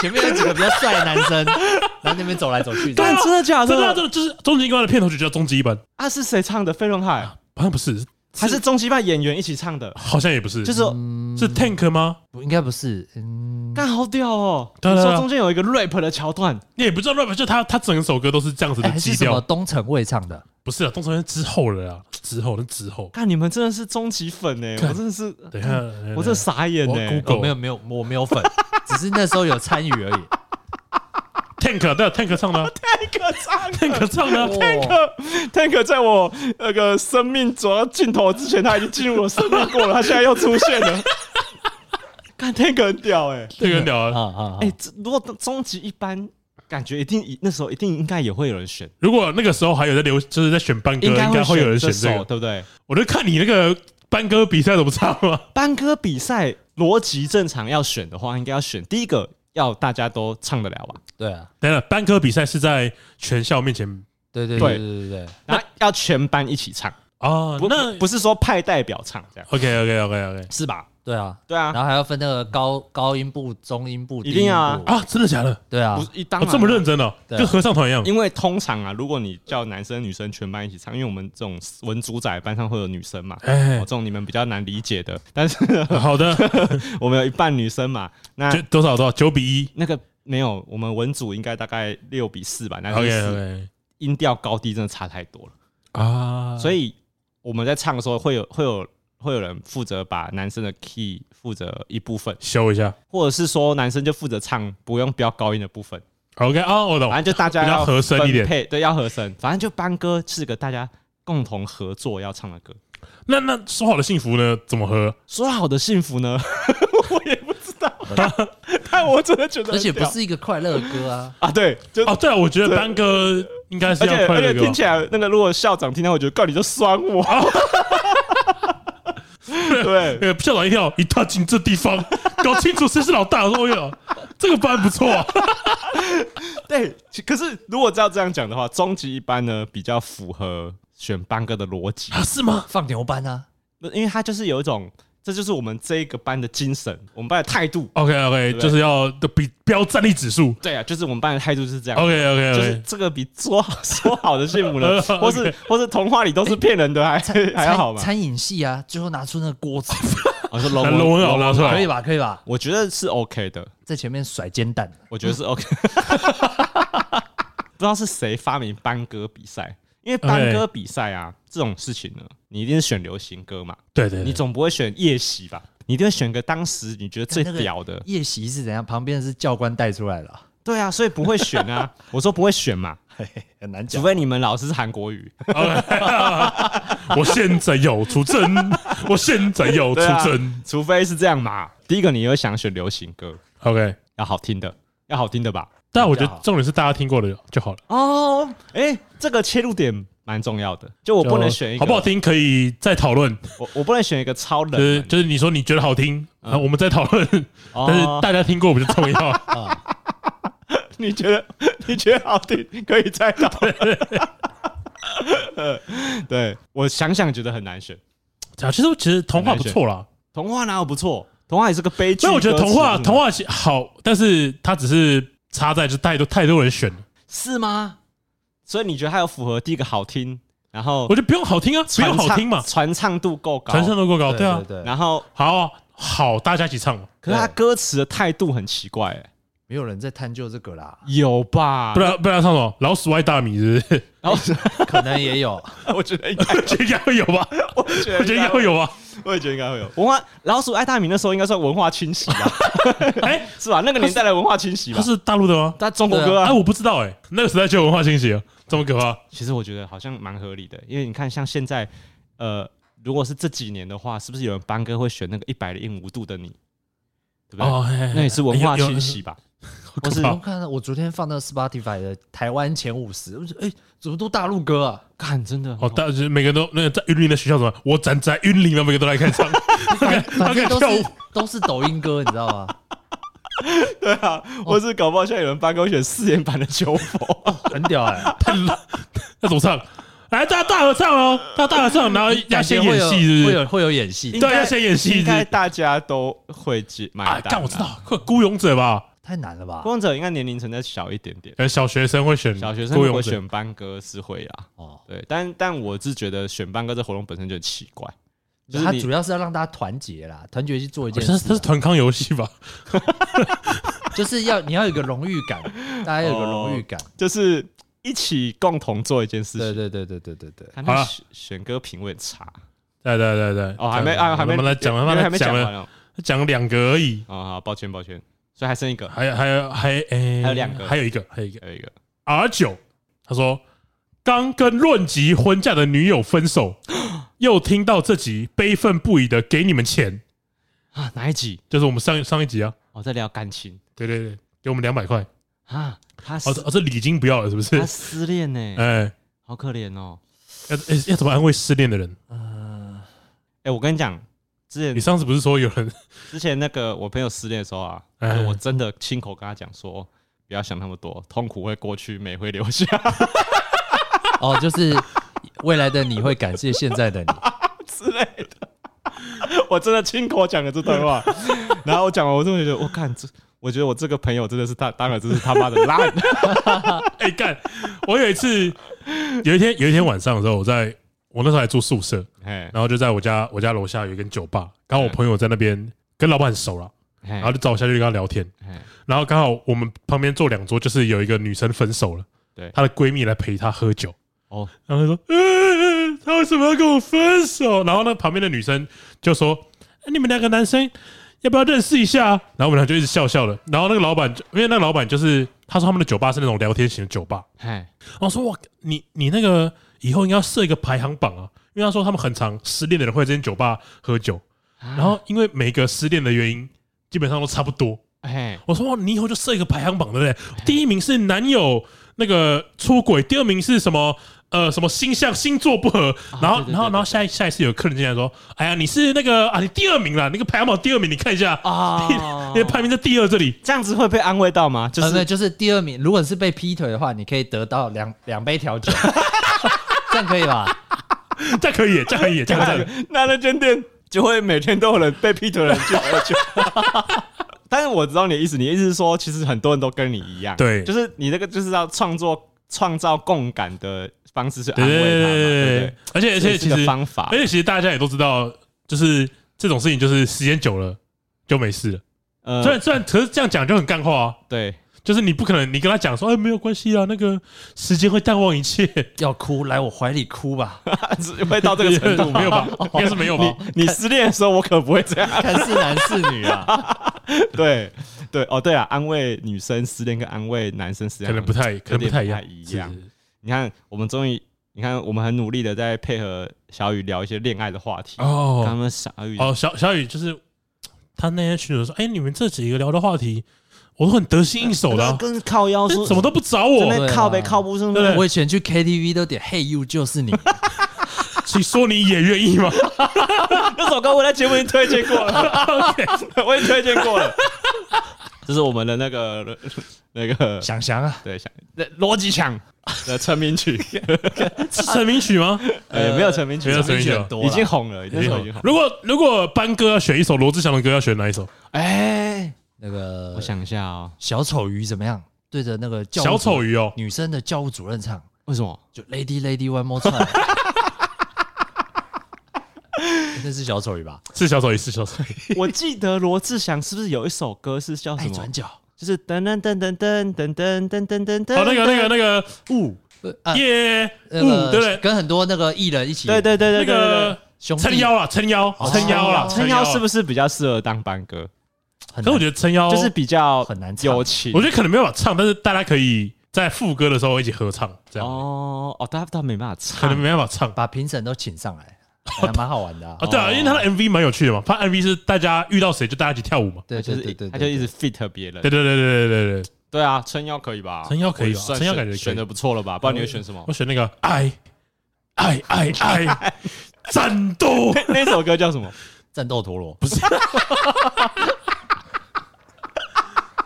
Speaker 3: 前面有几个比较帅的男生，然后那边走来走去
Speaker 1: 对
Speaker 3: 的，
Speaker 2: 但
Speaker 1: 啊
Speaker 2: 真的假
Speaker 1: 真的啊真
Speaker 2: 的？
Speaker 1: 的就是终极一班的片头曲叫《终极一班》，
Speaker 2: 啊，是谁唱的？飞轮海
Speaker 1: 好像不啊是，嗯
Speaker 2: 还是终极班演员一起唱的？
Speaker 1: 好像也不是，
Speaker 2: 就是
Speaker 1: 是 Tank 吗？
Speaker 3: 不应该不是，嗯，
Speaker 2: 干好屌哦！
Speaker 1: 对啊
Speaker 2: 你
Speaker 1: 对
Speaker 2: 说
Speaker 1: 啊
Speaker 2: 中间有一个 rap 的桥段，
Speaker 1: 你也不知道 rap，就他他整首歌都是这样子
Speaker 3: 哎
Speaker 1: 的
Speaker 3: 还
Speaker 1: 基
Speaker 3: 是什
Speaker 1: 调
Speaker 3: 么，东城卫唱的，
Speaker 1: 不是啊，东城人之后了啊，之后那之后，
Speaker 2: 看你们真的是终极粉哎！
Speaker 1: 干
Speaker 2: 我真的是，
Speaker 1: 等一下，
Speaker 2: 我真的傻眼
Speaker 1: 我
Speaker 2: 哎！
Speaker 1: Google
Speaker 3: 哦没有没有，我没有粉， [laughs] 只是那时候有参与而已。
Speaker 1: Tank 对啊 Tank 唱的啊
Speaker 2: Tank 唱
Speaker 1: ，Tank 唱
Speaker 3: [laughs]
Speaker 1: 的啊，
Speaker 3: 哦
Speaker 2: Tank，Tank 在我那个生命走到尽头之前，他已经进入我生命过了， [laughs] 他现在又出现了。 [laughs] 看 Tank 很屌哎！
Speaker 1: 这个很屌
Speaker 3: 啊
Speaker 1: 啊！
Speaker 3: 啊啊
Speaker 2: 哎，这如果终极一班，感觉一定那时候一定应该也会有人选，
Speaker 1: 如果那个时候还有在流，就是在选班歌，应该会有人选这
Speaker 2: 首，
Speaker 1: 个。
Speaker 2: 对不对？
Speaker 1: 我就看你那个班歌比赛怎么唱嘛。
Speaker 2: 班歌比赛逻辑正常要选的话，应该要选第一个要大家都唱得了吧，
Speaker 3: 对啊，
Speaker 1: 等等，班歌比赛是在全校面前
Speaker 3: 对对
Speaker 2: 对
Speaker 3: 对对对对，
Speaker 2: 然后要全班一起唱，
Speaker 1: 啊
Speaker 2: 不？
Speaker 1: 那
Speaker 2: 不是说派代表唱这样，
Speaker 1: OK OK OK OK
Speaker 2: 是吧？
Speaker 3: 对啊，
Speaker 2: 对啊
Speaker 3: 然，后还要分那个高高音部、中音部，
Speaker 2: 一定要啊
Speaker 3: 低音部，
Speaker 1: 啊，真的假的？
Speaker 3: 对啊
Speaker 2: 不，是一当
Speaker 1: 我
Speaker 2: 然啊
Speaker 1: 这么认，真哦，
Speaker 3: 对啊
Speaker 1: 跟合唱团一样。
Speaker 2: 因为通常啊，如果你叫男生女生全班一起唱，因为我们这种文主宰班上会有女生嘛。哦
Speaker 1: 哎
Speaker 2: 这，种你们比较难理解的，但是 [laughs]
Speaker 1: [laughs] 好的，
Speaker 2: 我们有一半女生嘛，那
Speaker 1: 就多少多少九比一。
Speaker 2: 那个没有，我们文组应该大概六比四吧，男生
Speaker 1: OK
Speaker 2: 四，
Speaker 1: OK
Speaker 2: 音调高低真的差太多了。
Speaker 1: 啊，
Speaker 2: 所以我们在唱的时候会有会有会有人负责把男生的 key 负责一部分，
Speaker 1: 修一下。
Speaker 2: 或者是说男生就负责唱不用飙高音的部分，
Speaker 1: OK 啊，我懂
Speaker 2: 反。正就大家
Speaker 1: 比较
Speaker 2: 要
Speaker 1: 合声一点
Speaker 2: 分配，对，要和声，反正就班歌是个大家共同合作要唱的歌。
Speaker 1: 那那说好的幸福呢？怎么喝？
Speaker 2: 说好的幸福呢？ [laughs] 我也不知
Speaker 1: [laughs]
Speaker 2: 道，但我真的觉得很屌，
Speaker 3: 而且不是一个快乐的
Speaker 2: [laughs]
Speaker 3: 歌啊，
Speaker 2: 啊，对，就。
Speaker 1: 哦，对啊，我觉得班哥应该是
Speaker 2: 而且
Speaker 1: 要快
Speaker 2: 而
Speaker 1: 乐
Speaker 2: 且
Speaker 1: 歌吧
Speaker 2: 听起来，那个如果校长听到，我觉得告你就酸我。
Speaker 1: 哦 [laughs]
Speaker 2: 对，
Speaker 1: 呃，校长一跳，一踏进这地
Speaker 2: [laughs]
Speaker 1: 方，搞清楚谁是老大。我说哎呦，这个班不错啊。
Speaker 2: [laughs] 对，其可是如果照这样讲的话，终极一班呢比较符合选班哥的逻辑，
Speaker 1: 啊，是吗？
Speaker 3: 放牛班啊，
Speaker 2: 那因为它就是有一种，这就是我们这一个班的精神，我们班的态度。
Speaker 1: OK OK，
Speaker 2: 对
Speaker 1: 就是要比标战力指数。
Speaker 2: 对啊，就是我们班的态度是这样
Speaker 1: OK OK
Speaker 2: 就是
Speaker 1: OK，
Speaker 2: 这个比说好说好的幸
Speaker 1: [laughs]
Speaker 2: 福呢，
Speaker 1: OK
Speaker 2: 或是或是童话里都是骗人的，还还要好
Speaker 3: 餐
Speaker 2: 嘛？
Speaker 3: 餐饮系啊，最后拿出那个锅子，
Speaker 2: 我说龙
Speaker 1: 那哦龙文好啊拿出来
Speaker 3: 可以吧？可以吧？
Speaker 2: 我觉得是 OK 的，
Speaker 3: 在前面甩煎蛋，
Speaker 2: 我觉得是 OK。不知道是谁发明班歌比赛，因为班
Speaker 1: OK
Speaker 2: 歌比赛啊这种事情呢，你一定是选流行歌嘛，
Speaker 1: 对对，
Speaker 2: 你
Speaker 1: 对
Speaker 2: 总不会选夜袭吧？你一定会选个当时你觉得最屌的。
Speaker 1: 啊
Speaker 3: 夜袭是怎样？旁边是教官带出来的啊，
Speaker 2: 对啊，所以不会选
Speaker 1: [laughs]
Speaker 2: 啊。我说不会选嘛，
Speaker 3: 嘿嘿，很难
Speaker 2: 除
Speaker 3: 讲。
Speaker 2: 非你们老师是韩国语。 [laughs]
Speaker 1: [laughs] 我现在要出征，我现在要出
Speaker 2: 对啊
Speaker 1: 征。，
Speaker 2: 除非是这样嘛。第一个你会想选流行歌，
Speaker 1: OK，
Speaker 2: 要好听的，要好听的吧？
Speaker 1: 但我觉
Speaker 2: 比较
Speaker 1: 得
Speaker 2: 好
Speaker 1: 重点是大家听过的就好了，
Speaker 2: 哦，哎，这个切入点蛮重要的，就我不能
Speaker 1: 就
Speaker 2: 选一个
Speaker 1: 好不好，听，可以再讨论。
Speaker 2: 我我不能选一个超冷
Speaker 1: 就
Speaker 2: 门
Speaker 1: 是
Speaker 2: 的，
Speaker 1: 就是你说你觉得好听，
Speaker 2: 嗯
Speaker 1: 啊我们再讨论，但是
Speaker 2: 哦
Speaker 1: 大家听过不就重
Speaker 2: [laughs]
Speaker 1: 要？
Speaker 3: 啊，
Speaker 2: 你觉得 [laughs] 你觉得好听，可以再讨论。呃 [laughs] 对我想想觉得很难选，
Speaker 1: 啊，其实其实童话不错啦，
Speaker 2: 童话哪有不错？童话也是个悲剧。
Speaker 1: 所以我觉得童话
Speaker 2: 歌词
Speaker 1: 童话好，但是它只是差在就太多太多人选了，
Speaker 2: 是吗？所以你觉得它有符合第一个好听，然后
Speaker 1: 我觉得不用好听啊，不
Speaker 2: 哦传
Speaker 1: 用
Speaker 2: 唱
Speaker 1: 好听嘛，
Speaker 2: 传唱度够高，
Speaker 1: 传唱度够高，对啊，
Speaker 3: 对，
Speaker 2: 然后
Speaker 1: 好啊好，大家一起唱嘛，
Speaker 2: 可是他
Speaker 3: 对
Speaker 2: 歌词的态度很奇怪、欸，
Speaker 3: 没有人在探究这个啦，
Speaker 2: 有吧
Speaker 1: 不？然不然唱什么老鼠爱大米是 [laughs] 不
Speaker 2: 然后 [laughs]
Speaker 3: 可能
Speaker 1: [laughs]
Speaker 3: 也有，
Speaker 2: 我觉得应该，
Speaker 1: 是？应该会有吧？
Speaker 2: 我
Speaker 1: 我觉得应该会
Speaker 2: 有，
Speaker 1: 有吧？
Speaker 2: 我也觉得应该会有。文化老鼠爱大米那时候应该算文化清洗吧，
Speaker 1: 哎，
Speaker 2: 是吧？那个年代的文化清洗吧
Speaker 1: 他。是大陆的吗？
Speaker 2: 但中国歌
Speaker 1: 哎，
Speaker 2: 啊，
Speaker 1: 我不知道哎，那个时代就有文化信息了，这么可怕？
Speaker 2: 其实我觉得好像蛮合理的，因为你看像现在，呃，如果是这几年的话，是不是有人班哥会选那个一百零五度的你，对不对？
Speaker 1: 哦，嘿嘿嘿
Speaker 2: 那也是文化
Speaker 1: 有有
Speaker 2: 清洗吧？
Speaker 1: 可
Speaker 3: 我是
Speaker 1: 怕
Speaker 3: 我看到我昨天放到 Spotify 的台湾前五十，我说哎，怎么都大陆歌啊？
Speaker 2: 看，真的
Speaker 1: 哦，大就是每个人都那个在云林的学校怎么办？我站在云林的每个都来看
Speaker 2: [laughs]
Speaker 1: 唱，
Speaker 3: 反反正都
Speaker 1: 他敢
Speaker 3: 是
Speaker 1: 跳
Speaker 3: 都是抖音歌，你知道吗？
Speaker 1: [laughs]
Speaker 2: 对啊，或是搞不好现在有人班哥会选四连版的求佛，
Speaker 3: 很屌 [laughs] 哎，
Speaker 1: 太烂那怎么唱？来，大家大合唱哦，大家大合唱，然后
Speaker 2: [laughs]
Speaker 1: 要先演
Speaker 3: 感觉
Speaker 1: 戏，
Speaker 3: 会有
Speaker 1: 是不是？
Speaker 3: 会有会有演戏，
Speaker 1: 对，要先演戏，
Speaker 2: 应
Speaker 1: 是不
Speaker 2: 该
Speaker 1: 是？
Speaker 2: 大家都会接买
Speaker 1: 啊，
Speaker 2: 单。
Speaker 1: 但我知。道，会孤勇者吧？
Speaker 3: 太难了吧？
Speaker 1: 哦
Speaker 2: 光者应该年龄层再小一点点
Speaker 1: 可，能小学生会选
Speaker 2: 小学生
Speaker 1: 孤
Speaker 2: 如
Speaker 1: 勇
Speaker 2: 果
Speaker 1: 者，
Speaker 2: 选班歌是会啦，
Speaker 3: 哦，
Speaker 2: 对，但但我是觉得选班歌这活动本身就很奇怪，就是
Speaker 3: 他
Speaker 2: 你
Speaker 3: 主要是要让大家团结啦，团结去做一
Speaker 1: 这
Speaker 3: 件事
Speaker 1: 哦是
Speaker 3: 啊，
Speaker 1: 这是团康游戏
Speaker 2: [laughs]
Speaker 1: 吧？
Speaker 3: 就是要你要有一个荣誉感，大家有一个荣誉感。
Speaker 1: 哦
Speaker 2: 就是一起共同做一件事
Speaker 3: 对
Speaker 2: 情。
Speaker 3: 对对对对对对， [laughs]
Speaker 2: 看
Speaker 1: 好
Speaker 2: 他
Speaker 1: 啦
Speaker 2: 选选歌品味很差
Speaker 1: 对对对对，
Speaker 2: 哦，还没啊，还没
Speaker 1: 我们来讲，
Speaker 2: 因为
Speaker 1: 他
Speaker 2: 还
Speaker 1: 妈的
Speaker 2: 没
Speaker 1: 讲
Speaker 2: 讲完
Speaker 1: 了
Speaker 2: 哦，
Speaker 1: 讲两个而已，
Speaker 2: 啊，好抱歉抱歉，所以还剩一个，
Speaker 1: 还有还有还诶，
Speaker 2: 还有两个
Speaker 1: 还有一个，还有一个
Speaker 2: 还有一个
Speaker 1: R 九，他说刚跟论及婚嫁的女友分 [gasps] 手，又听到这集悲愤不已的给你们钱，
Speaker 2: 啊，哪一集？哦
Speaker 1: 就是我们上上一集啊，
Speaker 2: 我在聊感情
Speaker 1: 对对对，给我们两百块，啊
Speaker 2: 啊，他
Speaker 1: 哦
Speaker 2: 失
Speaker 1: 这哦这礼金不要了是不是
Speaker 2: 他？失恋呢，
Speaker 1: 哎，
Speaker 2: 好可怜哦。
Speaker 1: 要要要怎么安慰失恋的人？
Speaker 3: 嗯，
Speaker 2: 哎，我跟你讲，之前
Speaker 1: 你上次不是说有人 [laughs]
Speaker 2: 之前那个我朋友失恋的时候啊，
Speaker 1: 哎
Speaker 2: 我真的亲口跟他讲说，不要想那么多，痛苦会过去，美会留下
Speaker 3: 哦，就是未来的你会感谢现在的你，
Speaker 2: 之类的。 [laughs] 我真的亲口讲了这段话，然后我讲完，我真的觉得，我看这，我觉得我这个朋友真的是他，当然真是他妈的
Speaker 1: [laughs]
Speaker 2: 烂。
Speaker 1: 哎干，我有一次有一天有一天晚上的时候，我在我那时候还住宿舍，
Speaker 2: 嘿
Speaker 1: 然后就在我家我家楼下有一间酒吧，刚好我朋友在那边跟老板很熟了，
Speaker 2: 嘿
Speaker 1: 然后就找我下去跟他聊天。
Speaker 2: 嘿
Speaker 1: 然后刚好我们旁边坐两桌，就是有一个女生分手了，
Speaker 2: 对
Speaker 1: 她的闺蜜来陪她喝酒，
Speaker 2: 哦，
Speaker 1: 然后她说，呃，她为什么要跟我分手？然后呢，旁边的女生就说，呃你们两个男生要不要认识一下？然后我们俩就一直笑笑的。然后那个老板就，因为那个老板就是他说他们的酒吧是那种聊天型的酒吧，
Speaker 2: 嘿，
Speaker 1: 然后我说哇，你你那个以后应该要设一个排行榜啊，因为他说他们很常失恋的人会在这间酒吧喝酒，然后因为每个失恋的原因基本上都差不多。
Speaker 2: 嘿，
Speaker 1: 我说哇，你以后就设一个排行榜，对不对？第一名是男友那个出轨，第二名是什么？呃，什么星象星座不合，然后
Speaker 2: 啊对对对
Speaker 1: 然后然后下一下一次有客人进来说，哎呀，你是那个啊，你第二名啦，那个排行榜第二名，你看一 [laughs] 下，
Speaker 2: 啊
Speaker 1: 因为排名在第二这里，
Speaker 2: 这样子会被安慰到
Speaker 1: 呃
Speaker 2: 吗？就
Speaker 3: 就是、
Speaker 2: 是
Speaker 3: 呃就是第二名，如果是被劈腿的话，你可以得到两两杯
Speaker 2: [laughs]
Speaker 3: 调酒，这样可以吧？
Speaker 1: 这样可以，这样可以，这样这样。
Speaker 2: 那那间店就会每天都有人被劈腿的人去喝
Speaker 1: [laughs]
Speaker 2: 酒。但是我知道你的意思，你的意思是说，其实很多人都跟你一样，
Speaker 1: 对
Speaker 2: 就是你那个就是要创作、创造共感的方式去安
Speaker 1: 对
Speaker 2: 慰他嘛，对不
Speaker 1: 对
Speaker 2: 对？，
Speaker 1: 而且而
Speaker 2: 这
Speaker 1: 且
Speaker 2: 也是
Speaker 1: 其
Speaker 2: 个
Speaker 1: 实哎
Speaker 2: 方法
Speaker 1: 而，且其实大家也都知道，就是这种事情，就是时间久了就没事了。
Speaker 2: 呃
Speaker 1: 虽然虽然，可是这样讲就很干话啊。
Speaker 2: 对，
Speaker 1: 就是你不可能，你跟他讲说，哎，没有关系啊，那个时间会淡忘一切，
Speaker 3: 要哭来我怀里哭吧，
Speaker 2: 只 [laughs] 会到这个
Speaker 1: [laughs]
Speaker 2: 程度
Speaker 1: 没有？吧？应该是没有吧？
Speaker 2: 你失恋的时候，我可不会这样。
Speaker 1: [laughs]
Speaker 3: 看是男是女
Speaker 2: [laughs]
Speaker 3: 啊？
Speaker 2: 对对哦，对啊，安慰女生失恋跟安慰男生失恋
Speaker 1: 可能不太，可能不太一样，
Speaker 2: 有点不太
Speaker 1: 是
Speaker 2: 一样你看，我们终于，你看，我们很努力的在配合小雨聊一些恋爱的话题。他
Speaker 1: 哦
Speaker 2: 们小雨
Speaker 1: 哦，小小雨就是他那天群主说，哎，你们这几个聊的话题，我都很得心应手的
Speaker 2: [laughs]
Speaker 1: 啊、
Speaker 2: 跟靠腰
Speaker 1: 但
Speaker 2: 说
Speaker 1: 什么都不找
Speaker 2: 这
Speaker 1: 我，
Speaker 2: 边靠北靠不上
Speaker 1: 对
Speaker 2: 面，
Speaker 3: 我以前去 KTV 都点 Hey You 就是你，
Speaker 1: 你说你也愿意吗？
Speaker 2: 那首歌我在节目已经推荐过了，我已经推荐过了。这是我们的那个那个
Speaker 3: [laughs] 想想啊，
Speaker 2: 对想逻辑强的成
Speaker 1: [laughs]
Speaker 2: 名曲，
Speaker 1: 是成名曲吗？
Speaker 2: 呃，没有成名曲，
Speaker 1: 没有
Speaker 2: 成名
Speaker 1: 成名曲
Speaker 3: 选
Speaker 1: 啊
Speaker 3: 多
Speaker 2: 已经
Speaker 3: 了
Speaker 2: 红了，那时候已经红。
Speaker 1: 如果如果班哥要选一首罗志祥的歌，要选哪一首？
Speaker 2: 哎，
Speaker 3: 那个，
Speaker 2: 我想一下哦，
Speaker 3: 小丑鱼怎么样？对着那个教务
Speaker 1: 小
Speaker 3: 主
Speaker 1: 丑鱼哦，
Speaker 3: 女生的教务主任唱，
Speaker 2: 为什么？
Speaker 3: 就 Lady Lady One More [laughs] Time，那是小丑鱼吧？
Speaker 1: 是小丑鱼，是小丑鱼。
Speaker 2: [laughs] 我记得罗志祥是不是有一首歌是叫什
Speaker 3: 爱
Speaker 2: 么
Speaker 3: 转？角，
Speaker 2: 就是噔噔噔噔噔噔噔噔噔噔噔。
Speaker 1: 哦，那个那个那个
Speaker 3: 雾，啊
Speaker 1: 耶，
Speaker 3: 那
Speaker 1: 嗯，
Speaker 3: 个
Speaker 1: 对不对？
Speaker 3: 跟很多那个艺人一起，
Speaker 2: 对对呃对
Speaker 1: 那
Speaker 2: 对对
Speaker 1: 个
Speaker 3: 兄弟
Speaker 1: 撑腰啦，撑腰，
Speaker 3: 哦
Speaker 1: 撑腰啦，
Speaker 2: 对，撑腰是不
Speaker 1: 是？
Speaker 2: 是比较适合当班歌？
Speaker 3: 很难，
Speaker 1: 可我觉得撑腰
Speaker 2: 就是比较
Speaker 3: 很难唱
Speaker 2: 有情
Speaker 1: 我。觉得可能没有办法唱，但是大家可以在副歌的时候一起合唱，这样
Speaker 2: 哦啊哦，大家都没办法
Speaker 1: 可能
Speaker 2: 唱，
Speaker 1: 没办法唱
Speaker 3: 把评审都请上来，还蛮好玩的啊
Speaker 1: 啊。。
Speaker 2: 哦
Speaker 1: 对啊，因为他的 MV 蛮有趣的嘛，他 MV 是大家遇到谁就大家一起跳舞嘛。
Speaker 3: 对
Speaker 2: 就
Speaker 3: 对
Speaker 2: 是
Speaker 3: 对对，
Speaker 2: 他就
Speaker 3: 对
Speaker 2: 一直 fit 别人
Speaker 1: 对。对对对对对对，
Speaker 2: 对啊，撑腰可以吧？
Speaker 1: 撑腰可以吧
Speaker 2: 我算
Speaker 1: 撑腰
Speaker 2: 选
Speaker 1: 感觉可以
Speaker 2: 选的不错了吧？不然你会选什么
Speaker 1: 我？选那个爱爱爱爱战斗，
Speaker 2: [laughs] 那首歌叫
Speaker 1: [laughs]
Speaker 2: 什么？
Speaker 3: 战斗陀螺，
Speaker 1: 不是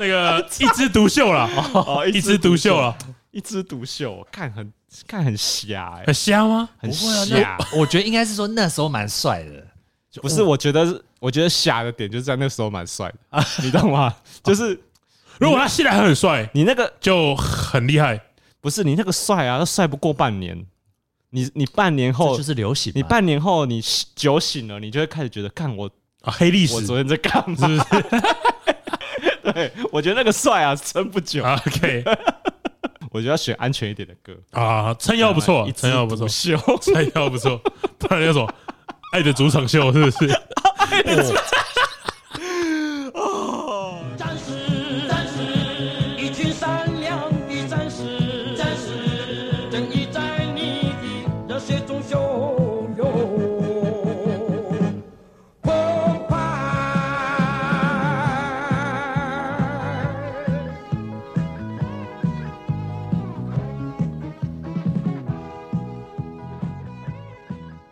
Speaker 1: 那个一枝独秀啦，
Speaker 2: 哦，
Speaker 1: 一枝独秀啊啦，
Speaker 2: 一枝独秀，看很看很瞎哎
Speaker 1: 很，瞎吗？
Speaker 2: 很
Speaker 3: 不会啊
Speaker 2: 瞎。
Speaker 3: 我觉得应该是说那时候蛮帅的，
Speaker 2: 不是，我觉得我觉得瞎的点就是在那时候蛮帅
Speaker 1: [laughs]
Speaker 2: 的，你懂吗？就是
Speaker 1: 如果他现在还很帅，
Speaker 2: 你那个
Speaker 1: 就很厉害。
Speaker 2: 不是你那个帅啊，他帅不过半年。你你半年
Speaker 3: 这
Speaker 2: 后
Speaker 3: 就，是流行嘛。
Speaker 2: 哦你半年后你酒醒了，你就会开始觉得，看我
Speaker 1: 啊，黑历史
Speaker 2: 我
Speaker 1: 是
Speaker 2: 昨天在干嘛？
Speaker 1: [laughs] 不
Speaker 2: [laughs]
Speaker 1: 是
Speaker 2: 对，我觉得那个帅啊，撑不久。
Speaker 1: 啊？OK
Speaker 2: 我觉得要选安全一点的歌，
Speaker 1: 啊，撑腰不错
Speaker 2: 一，枝
Speaker 1: 撑腰不错
Speaker 2: 独，秀。
Speaker 1: 撑腰不错，不然那种爱的主场秀是不是？ [laughs]
Speaker 4: 战士，战士，一群善良的战士，战士，正义在你的热血中汹涌澎湃。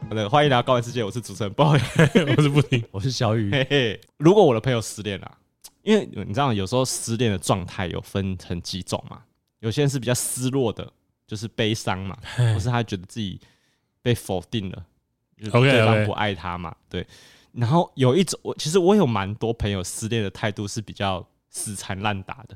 Speaker 2: 好的，欢迎来到高玩世界，我是主持人 boy。
Speaker 1: 我是不听。
Speaker 3: 我是小雨，
Speaker 2: 嘿嘿， [laughs] 如果我的朋友失恋了、因为你知道，有时候失恋的状态有分成几种嘛，有些人是比较失落的，就是悲伤
Speaker 1: [laughs]
Speaker 2: 嘛，或是他觉得自己被否定了，就是
Speaker 1: OK，
Speaker 2: 对方
Speaker 1: OK
Speaker 2: 不爱他嘛，对。然后有一种，我其实我有蛮多朋友失恋的态度是比较死缠烂打的，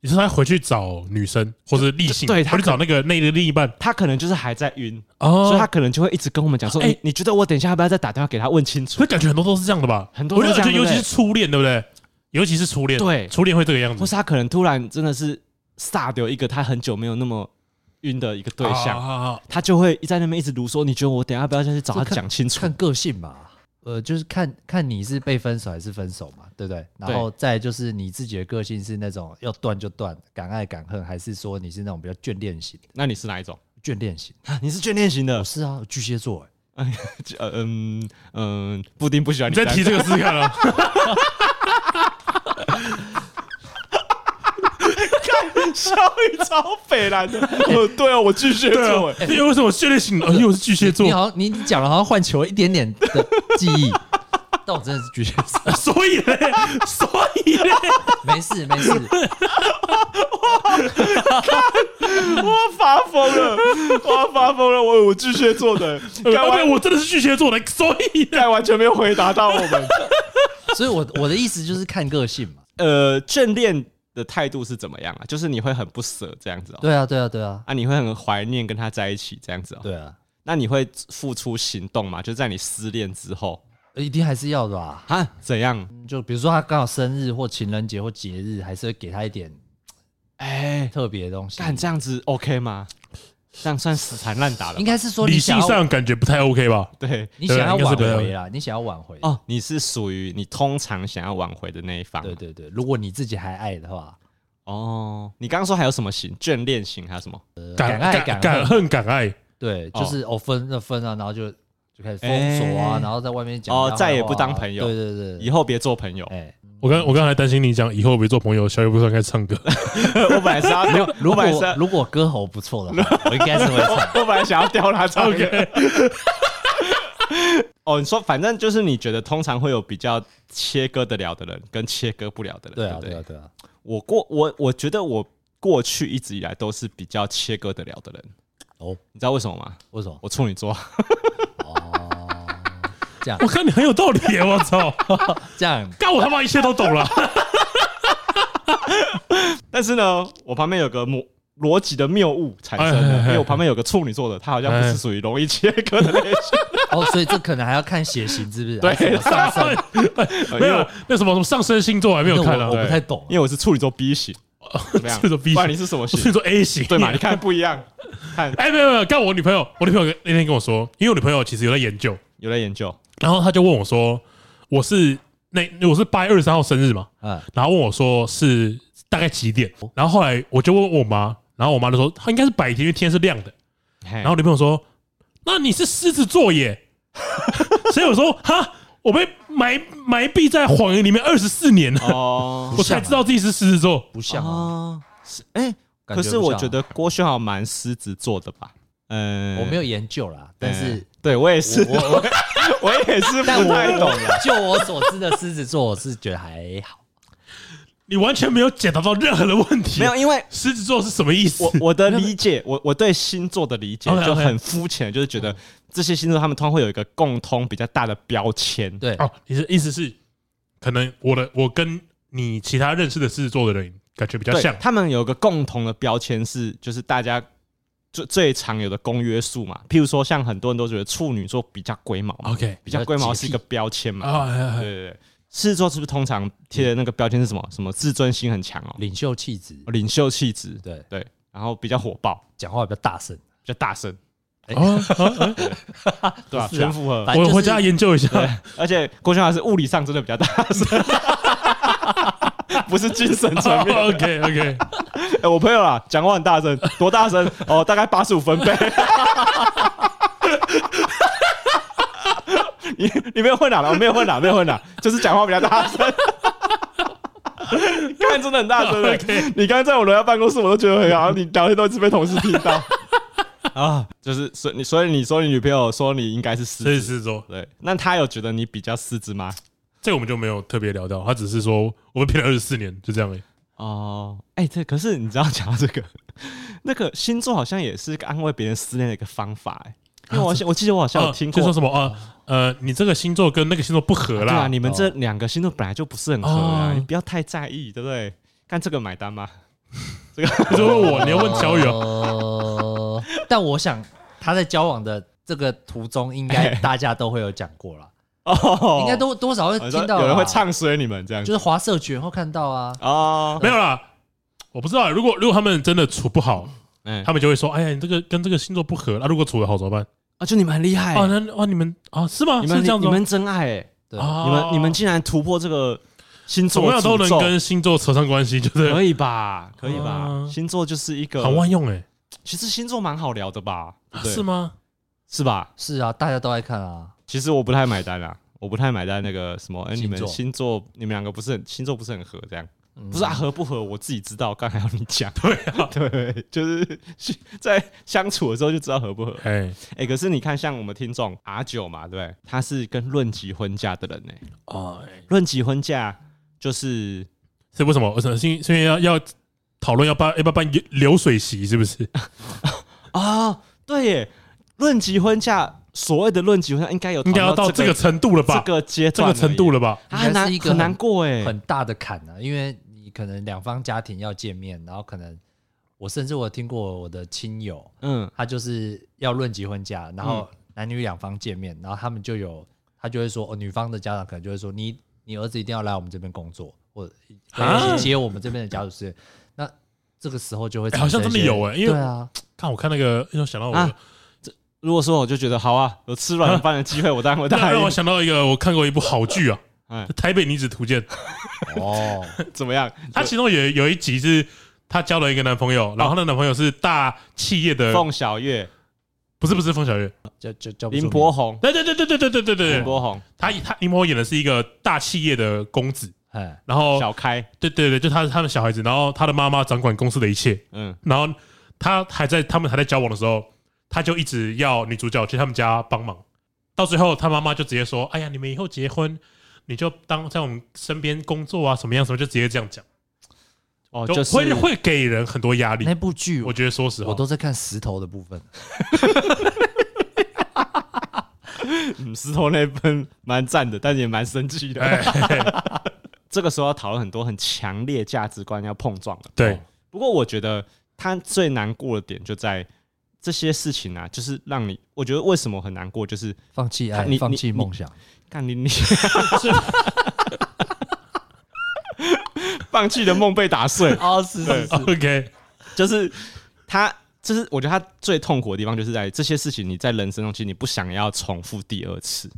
Speaker 1: 你说他回去找女生，或是异性，
Speaker 2: 对他
Speaker 1: 回去找那个那个另一半
Speaker 2: 他可能就是还在晕，
Speaker 1: 哦
Speaker 2: 所以他可能就会一直跟我们讲说，
Speaker 1: 哎
Speaker 2: 你你觉得我等一下要不要再打电话给他问清楚
Speaker 1: [laughs] 所以？感觉很多都是这样的吧？
Speaker 2: 很多都
Speaker 1: 我
Speaker 2: 是
Speaker 1: 就
Speaker 2: 这
Speaker 1: 觉
Speaker 2: 样
Speaker 1: 得尤其是
Speaker 2: 对不对
Speaker 1: 初恋，对不对？尤其是初恋，
Speaker 2: 对
Speaker 1: 初恋会这个样
Speaker 2: 或
Speaker 1: 子。
Speaker 2: 是他可能突然真的是撒掉一个他很久没有那么晕的一个对象，
Speaker 1: 啊啊啊啊
Speaker 2: 他就会一在那边一直卢说，你觉得我等一下要不要再去找他讲清楚
Speaker 3: 看？个性吧。呃，就是看看你是被分手还是分手嘛，对不对？然后再就是你自己的个性是那种要断就断，敢爱敢恨，还是说你是那种比较眷恋型的？
Speaker 2: 那你是哪一种？啊
Speaker 3: 眷恋型，
Speaker 2: 你是眷恋型的
Speaker 3: 我，是啊，巨蟹座、欸，
Speaker 2: 呃嗯嗯，布丁不喜欢
Speaker 1: 你
Speaker 2: 你
Speaker 1: 再提这
Speaker 2: [laughs]
Speaker 1: 个试试看啊！
Speaker 2: 小雨超北蓝的，哦对啊，我巨蟹
Speaker 1: 对
Speaker 2: 座
Speaker 1: 啊，
Speaker 2: 欸，
Speaker 1: 因为为什么血泪型？呃因为我是巨蟹座
Speaker 3: 你，好像你你讲了，好像换球一点点的记忆， [laughs] 但我真的是巨蟹
Speaker 1: [laughs]
Speaker 3: 座，
Speaker 1: 所以嘞，所以嘞，
Speaker 3: 没事没事，
Speaker 2: 我发疯了，我发疯了，我我巨蟹座的，
Speaker 1: 呃
Speaker 2: 干
Speaker 1: 没有，
Speaker 2: 完
Speaker 1: 我真的是巨蟹座的，所以嘞
Speaker 2: 干完全没有回答到我们。 [laughs]
Speaker 3: 所以我我的意思就是看个性嘛，
Speaker 2: 呃，眷恋的态度是怎么样啊？就是你会很不舍这样子哦，
Speaker 3: 对啊对啊对啊
Speaker 2: 啊，你会很怀念跟他在一起这样子哦，
Speaker 3: 对啊，
Speaker 2: 那你会付出行动吗？就在你失恋之后
Speaker 3: 呃一定还是要的吧，
Speaker 2: 啊，怎样？
Speaker 3: 就比如说他刚好生日或情人节或节日，还是会给他一点
Speaker 2: 哎，
Speaker 3: 特别的东西，
Speaker 2: 干这样子 OK 吗？这样算死缠烂打了吧？
Speaker 3: 应该是说
Speaker 1: 理
Speaker 3: 你
Speaker 1: 性
Speaker 3: 想要
Speaker 1: 上感觉不太 OK 吧？
Speaker 2: 对
Speaker 3: 你想
Speaker 1: 对应该啊
Speaker 3: 要
Speaker 1: 是
Speaker 3: 挽
Speaker 1: 不太
Speaker 3: 回啦，你想要挽回，
Speaker 2: 哦，你是属于你通常想要挽回的那一方。
Speaker 3: 对对对，如果你自己还爱的话，
Speaker 2: 哦，你刚刚说还有什么型？眷恋型还有什么？
Speaker 3: 敢爱
Speaker 1: 敢
Speaker 3: 敢恨
Speaker 1: 敢恨敢爱，
Speaker 3: 对，
Speaker 2: 哦
Speaker 3: 就是哦分了分啊，然后就就开始封锁啊，
Speaker 2: 哎
Speaker 3: 然后在外面讲
Speaker 2: 哦
Speaker 3: 他坏话啊
Speaker 2: 再也不当朋友
Speaker 3: 对对对， [laughs]
Speaker 2: 以后别做朋友。
Speaker 3: 哎，
Speaker 1: 我刚我刚才担心你讲以后别做朋友，小雨不是应该唱歌，
Speaker 2: 我本来是 [laughs] 要调，
Speaker 3: 如
Speaker 2: 我
Speaker 3: 果
Speaker 2: 本来是要
Speaker 3: 我如果歌喉不错的话，我应该是会
Speaker 2: [laughs]
Speaker 3: 唱。
Speaker 2: 我本来想要调他唱歌。
Speaker 1: OK
Speaker 2: 哦，你说反正就是你觉得通常会有比较切割得了的人跟切割不了的人，
Speaker 3: 对啊，
Speaker 2: 不
Speaker 3: 对啊，对啊。
Speaker 2: 我过我我觉得我过去一直以来都是比较切割得了的人。
Speaker 3: 哦，
Speaker 2: 你知道为什么吗？
Speaker 3: 为什么？
Speaker 2: 我处女座，
Speaker 3: 哦，这样
Speaker 1: [laughs] 我看你很有道理耶，我操！
Speaker 3: 这样
Speaker 1: 干我他妈一切都懂了，
Speaker 2: 但是呢，我旁边有个逻逻辑的谬误产生
Speaker 1: 哎哎
Speaker 2: 了，
Speaker 1: 哎
Speaker 2: 因为我旁边有个处女座的，他好像不是属于容易切割的类型。
Speaker 3: 哦，所以这可能还要看血型，是不是？
Speaker 1: [laughs]
Speaker 2: 对
Speaker 3: 还是什么上升？
Speaker 1: 哎没
Speaker 2: 因为
Speaker 1: 有
Speaker 2: 我
Speaker 1: 那什么什么上升星座我还没有看
Speaker 3: 那
Speaker 1: 啊
Speaker 3: 我，我
Speaker 2: 对
Speaker 3: 不太懂啊
Speaker 2: 因。为我是处女座 B 型，怎么样？
Speaker 1: 处女座 B 型
Speaker 2: 不然你是什么
Speaker 1: 我是
Speaker 2: 型？
Speaker 1: 说 A 型，
Speaker 2: 对嘛？你看不一样，看
Speaker 1: [laughs] 哎，没有没有，干我女朋友，我女朋友那天跟我说，因为我女朋友其实有在研究，
Speaker 2: 有在研究。
Speaker 1: 然后她就问我说，我是那我是八月二十三号生日嘛，
Speaker 3: 嗯，
Speaker 1: 然后问我说是大概几点，然后后来我就问我妈，然后我妈就说她应该是白天，因为天是亮的，
Speaker 2: 然
Speaker 1: 然后我女朋友说，那你是狮子座耶， [laughs] 所以我说哈，我被埋埋蔽在谎言里面二十四年了，
Speaker 2: 哦
Speaker 1: 我才知道自己是狮子座，
Speaker 3: 不像啊。
Speaker 2: 哦，是哎，可
Speaker 3: 感不
Speaker 2: 是我
Speaker 3: 像啊
Speaker 2: 觉得郭轩豪蛮狮子座的吧？嗯，
Speaker 3: 我没有研究啦，但是
Speaker 2: [laughs] 嗯对我也是，
Speaker 3: 我我我
Speaker 2: [laughs] 我也是
Speaker 3: 但
Speaker 2: 不
Speaker 3: 我
Speaker 2: 太懂了。
Speaker 3: [laughs] 就我所知的狮子座，我是觉得还好。
Speaker 1: 你完全没有解答到任何的问题，
Speaker 2: 没有，因为
Speaker 1: 狮子座是什么意思
Speaker 2: 我？我的理解，我我对星座的理解
Speaker 1: OK，OK
Speaker 2: 就很肤浅，就是觉得这些星座他们通常会有一个共通比较大的标签。
Speaker 3: 对，
Speaker 1: 哦，你的意思是，可能我的我跟你其他认识的狮子座的人感觉比较
Speaker 2: 对，
Speaker 1: 像，
Speaker 2: 他们有一个共同的标签是，就是大家最最常有的公约数嘛。譬如说，像很多人都觉得处女座比较龟毛嘛
Speaker 1: OK
Speaker 2: 比较龟毛是一个标签嘛。
Speaker 1: 啊，哎
Speaker 2: 对
Speaker 1: 哎
Speaker 2: 对对，狮子座是不是通常贴的那个标签是什么？
Speaker 1: 嗯
Speaker 2: 什么自尊心很强哦，
Speaker 3: 领袖气质，
Speaker 2: 领袖气质，
Speaker 3: 对，
Speaker 2: 对，然后比较火爆，
Speaker 3: 讲话比较大声，
Speaker 2: 比较大声，
Speaker 1: 哎哦哦哦
Speaker 2: 对
Speaker 1: [laughs]
Speaker 2: 吧？
Speaker 3: 不是啊
Speaker 2: 全符合。
Speaker 3: 反正
Speaker 1: 我
Speaker 3: 就是
Speaker 1: 回家研究一 [laughs] 下。
Speaker 2: 而且郭轩还是物理上真的比较大声， [laughs] 不是精神层面。
Speaker 1: OK OK，
Speaker 2: 哎，我朋友啊，讲话很大声，多大声？哦，大概八十五分贝。你你没有混哪了？我没有混哪，没有混哪，就是讲话比较大声。刚才真的很大声的
Speaker 1: OK
Speaker 2: 你刚才在我楼下办公室，我都觉得很好，你聊天都一直被同事听到 [laughs] 啊。就是所以你所以你说你女朋友说你应该是
Speaker 1: [laughs]
Speaker 2: 狮
Speaker 1: 所以
Speaker 2: 子，
Speaker 1: 狮子座，
Speaker 2: 对，那她有觉得你比较狮子吗？
Speaker 1: 这个我们就没有特别聊到，他只是说我们骗了二十四年，就这样而已。
Speaker 2: 哦，哎、这可是你知道讲到这个， [laughs] 那个星座好像也是个安慰别人失恋的一个方法、哎，因为我好像我记得我好像有
Speaker 1: 啊
Speaker 2: 听
Speaker 1: 就说
Speaker 2: 过，
Speaker 1: 什么啊呃，你这个星座跟那个星座不合
Speaker 2: 对啊，
Speaker 1: 啦，
Speaker 2: 你们这两个星座本来就不是很合
Speaker 1: 哦
Speaker 2: 啊，你不要太在意，对不对？看这个买单 [laughs] 吗？这个
Speaker 1: 你就问我，你要问小雨啊，
Speaker 3: 呃，但我想他在交往的这个途中，应该大家都会有讲过啦，
Speaker 2: [laughs] 哦，
Speaker 3: 应该都多少会
Speaker 2: 好像
Speaker 3: 听到啦，
Speaker 2: 有人会唱衰你们这样
Speaker 3: 就
Speaker 2: 子
Speaker 3: 是华社群会看到啊。
Speaker 2: 哦，
Speaker 1: 没有啦。我不知道，如果如果他们真的处不好，
Speaker 2: 哎、
Speaker 1: 他们就会说：“哎呀，你这个跟这个星座不合。”那如果处得好怎么办？
Speaker 2: 啊，就你们很厉害、
Speaker 1: 哦，那哦，你们啊，是吗？
Speaker 2: 你
Speaker 1: 是
Speaker 2: 们
Speaker 1: 这样子
Speaker 2: 你
Speaker 1: 吗
Speaker 2: 们真爱、哎
Speaker 3: 对，
Speaker 1: 啊
Speaker 2: 你们你们竟然突破这个星
Speaker 1: 怎
Speaker 2: 座
Speaker 1: 么样都
Speaker 2: 诅
Speaker 1: 能
Speaker 2: 咒
Speaker 1: 跟星座扯上关系，就是
Speaker 2: 可以吧？可以吧？
Speaker 1: 啊
Speaker 2: 星座就是一个
Speaker 1: 很万用哎、啊
Speaker 2: 其实星座蛮好聊的吧？对不对
Speaker 1: 是？吗？
Speaker 2: 是吧？
Speaker 3: 是啊，大家都爱看啊。
Speaker 2: 其实我不太买单啦，我不太买单那个什么，哎、你
Speaker 3: 星座
Speaker 2: 们星座，你们两个不是很星座不是很合这样？
Speaker 3: 嗯
Speaker 2: 不是啊，合不合我自己知道，刚才要你讲。对啊， [laughs] 对，就是是在相处的时候就知道合不合。
Speaker 1: 哎、
Speaker 2: 哎、可是你看，像我们听众 R 九嘛，对不对？他是跟论及婚嫁的人呢、
Speaker 1: 哦，
Speaker 2: 论及婚嫁就是
Speaker 1: 是为什么？为什么？是因是因为要要讨论要办要不要办流水席，是不
Speaker 2: [laughs]
Speaker 1: 是？
Speaker 2: 啊、对耶，论及婚嫁，所谓的论及婚嫁应该有
Speaker 1: 应该要
Speaker 2: 讨
Speaker 1: 到
Speaker 2: 论
Speaker 1: 这
Speaker 2: 这
Speaker 1: 个程度了
Speaker 2: 这
Speaker 1: 吧？
Speaker 2: 个阶
Speaker 1: 这
Speaker 2: 段而
Speaker 1: 个
Speaker 2: 已，
Speaker 1: 程度了吧？
Speaker 2: 啊，很
Speaker 3: 应该是
Speaker 2: 难
Speaker 3: 一个
Speaker 2: 很
Speaker 3: 很
Speaker 2: 难过哎、
Speaker 3: 很大的坎啊，因为你可能两方家庭要见面，然后可能我甚至我听过我的亲友，
Speaker 2: 嗯，
Speaker 3: 他就是要论及婚嫁，然后男女两方见面，然后他们就有他就会说，哦，女方的家长可能就会说，你你儿子一定要来我们这边工作，或者哎
Speaker 1: 啊
Speaker 3: 来接我们这边的家属事。嗯那这个时候就会
Speaker 1: 哎好像
Speaker 3: 产生一
Speaker 1: 真的
Speaker 3: 些
Speaker 1: 有哎因为
Speaker 3: 对啊，
Speaker 1: 看我看那个，又想到我，
Speaker 2: 啊如果说我就觉得好啊，有吃软饭的机会，我当然会
Speaker 1: 那 [laughs]
Speaker 2: 答
Speaker 1: 让我
Speaker 2: 应。
Speaker 1: 想到一个，我看过一部好剧啊，
Speaker 2: 哎
Speaker 1: 《台北女子图鉴》，
Speaker 3: [laughs] 哦，
Speaker 2: 怎么样？
Speaker 1: 它
Speaker 2: 就
Speaker 1: 其中有有一集是她交了一个男朋友，然后她的男朋友是大企业的，
Speaker 2: 哦凤小岳、
Speaker 1: 不是不是凤小岳，
Speaker 3: 叫叫叫不出
Speaker 2: 林
Speaker 3: 名
Speaker 2: 柏宏、
Speaker 1: 对对对对对对对对
Speaker 2: 林
Speaker 1: 对，
Speaker 2: 柏宏，
Speaker 1: 他他林柏宏演的是一个大企业的公子，
Speaker 3: 哎，
Speaker 1: 然后
Speaker 2: 小开，
Speaker 1: 对对对，就他他的小孩子，然后他的妈妈掌管公司的一切，
Speaker 2: 嗯，
Speaker 1: 然后他还在他们还在交往的时候，他就一直要女主角去他们家帮忙，到最后他妈妈就直接说：“哎呀，你们以后结婚，你就当在我们身边工作啊，什么样什么，就直接这样讲，
Speaker 2: 哦，
Speaker 1: 就
Speaker 2: 就是
Speaker 1: 会会给人很多压力
Speaker 3: 那。”部剧
Speaker 1: 我觉得说实
Speaker 3: 我
Speaker 1: 话，
Speaker 3: 都在看石头的部分，
Speaker 2: 嗯石头那一分蛮赞的，但也蛮生气的。
Speaker 1: 哎，
Speaker 2: [laughs] 这个时候要讨论很多很强烈价值观要碰撞了。哦
Speaker 1: 对
Speaker 2: 不过我觉得他最难过的点就在这些事情啊，就是让你，我觉得为什么很难过，就是
Speaker 3: 放弃
Speaker 2: 看
Speaker 3: 爱
Speaker 2: 你，
Speaker 3: 放
Speaker 2: 你
Speaker 3: 弃
Speaker 2: 你
Speaker 3: 梦想，
Speaker 2: 干你你放弃的梦被打碎，
Speaker 3: 哦，是是
Speaker 1: [laughs]
Speaker 3: 是，
Speaker 1: ，OK，
Speaker 2: 就是他，就是我觉得他最痛苦的地方就是在于这些事情，你在人生中其实你不想要重复第二次，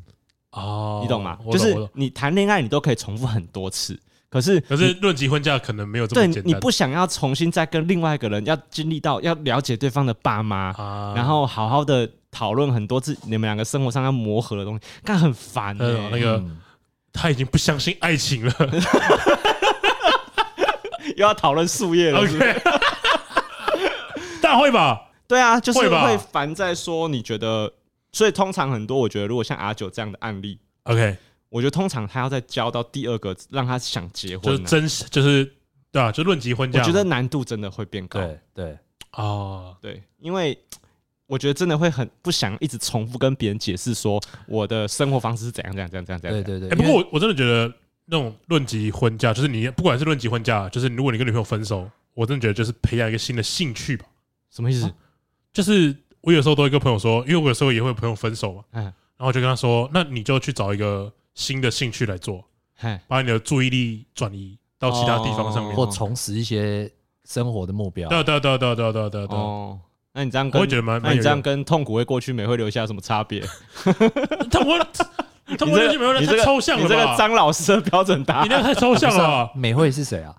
Speaker 1: 哦
Speaker 2: 你懂吗？
Speaker 1: 我
Speaker 2: 就是
Speaker 1: 我懂
Speaker 2: 你谈恋爱你都可以重复很多次，可是
Speaker 1: 可是论及婚嫁可能没有这
Speaker 2: 对
Speaker 1: 么简单。
Speaker 2: 你不想要重新再跟另外一个人要经历到要了解对方的爸妈，
Speaker 1: 啊
Speaker 2: 然后好好的讨论很多自你们两个生活上要磨合的东西，但很烦、
Speaker 1: 还
Speaker 2: 欸
Speaker 1: 有那个
Speaker 3: 嗯
Speaker 1: 他已经不相信爱情了。
Speaker 2: [laughs] 又要讨论树叶了是不是
Speaker 1: OK，大会吧？
Speaker 2: 对啊，就是
Speaker 1: 会吧
Speaker 2: 会烦在说你觉得，所以通常很多我觉得如果像阿九这样的案例，
Speaker 1: OK，
Speaker 2: 我觉得通常他要再交到第二个让他想结
Speaker 1: 就是
Speaker 2: 婚、啊，
Speaker 1: 真实，就是对啊，就论及婚
Speaker 2: 我
Speaker 1: 嫁。
Speaker 2: 觉得难度真的会变高，
Speaker 3: 对对，
Speaker 1: 哦，
Speaker 2: 对，因为。我觉得真的会很不想一直重复跟别人解释说我的生活方式是怎样怎样怎样怎样怎样
Speaker 3: 对。对对。
Speaker 1: 哎，不
Speaker 3: 因为
Speaker 1: 过我我真的觉得那种论及婚嫁，就是你不管是论及婚嫁，就是如果你跟女朋友分手，我真的觉得就是培养一个新的兴趣吧。
Speaker 2: 什么意
Speaker 1: 啊
Speaker 2: 思？
Speaker 1: 就是我有时候都会跟朋友说，因为我有时候也会有朋友分手嘛，
Speaker 2: 嗯
Speaker 1: 然后我就跟他说，那你就去找一个新的兴趣来做，
Speaker 2: 嘿，
Speaker 1: 把你的注意力转移到其他地方上面。
Speaker 2: 哦
Speaker 3: 或重拾一些生活的目标，
Speaker 1: 对啊对啊对啊对啊对啊对啊对啊对啊。
Speaker 2: 哦，那你这样
Speaker 1: 我
Speaker 2: 跟
Speaker 1: 会觉得蛮
Speaker 2: 那
Speaker 1: 蛮
Speaker 2: 你
Speaker 1: 有
Speaker 2: 这样
Speaker 1: 用
Speaker 2: 跟痛苦会过去美会留下什么
Speaker 1: [laughs]
Speaker 2: 差别？
Speaker 1: 的。但我 [laughs] 他
Speaker 2: 你
Speaker 1: 们就
Speaker 2: 这个
Speaker 1: 没有人
Speaker 2: 你这
Speaker 1: 太
Speaker 2: 个
Speaker 1: 抽象了
Speaker 2: 你这
Speaker 1: 吧
Speaker 2: 个？张老师的标准答
Speaker 1: 你那
Speaker 2: 案，
Speaker 1: 个太抽象
Speaker 3: 不是
Speaker 1: 了
Speaker 3: 啊
Speaker 1: 吧。
Speaker 3: 美惠是谁啊？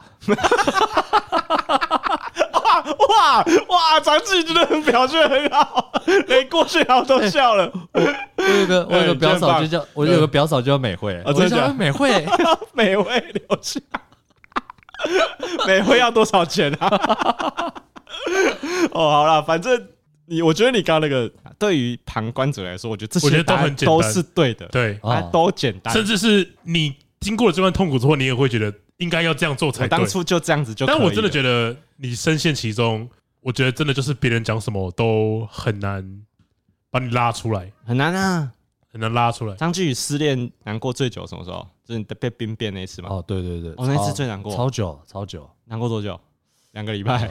Speaker 2: 哇哇，张继真的表现
Speaker 1: [laughs]
Speaker 2: 很好，连过去好都笑了。
Speaker 3: 我有个我有
Speaker 2: [laughs] 哎
Speaker 3: 个
Speaker 2: 你
Speaker 3: 表
Speaker 2: 真
Speaker 3: 嫂
Speaker 2: 棒哦
Speaker 3: 就叫，我有个表嫂就叫美惠，我
Speaker 2: 真的
Speaker 3: 就
Speaker 2: 假的
Speaker 3: 叫她
Speaker 2: [laughs]
Speaker 3: 美惠，
Speaker 2: 美惠留
Speaker 1: [laughs]
Speaker 2: 下，美惠要多少钱啊？
Speaker 1: [laughs]
Speaker 2: 哦，好啦，反正你，我觉得你刚刚那个对于旁观者来说，我觉得这
Speaker 1: 我觉得
Speaker 2: 些
Speaker 1: 都
Speaker 2: 答案
Speaker 1: 很简单
Speaker 2: 都是对的，
Speaker 1: 对，哦
Speaker 2: 答
Speaker 3: 哦
Speaker 2: 案都简单。
Speaker 1: 甚至是你经过了这段痛苦之后，你也会觉得应该要这样做才
Speaker 2: 我
Speaker 1: 对
Speaker 2: 当。初就这样子就可以
Speaker 1: 但
Speaker 2: 了，
Speaker 1: 我真的觉得你深陷其中，我觉得真的就是别人讲什么都很难把你拉出来，
Speaker 2: 很难啊。
Speaker 1: 很难拉出来。
Speaker 2: 张继宇失恋难过最久什么时候？就是你被兵变那一次嘛，
Speaker 3: 哦，对对对，
Speaker 2: 哦那次
Speaker 3: 超
Speaker 2: 最难过
Speaker 3: 超久超久，
Speaker 2: 难过多久？两个礼拜。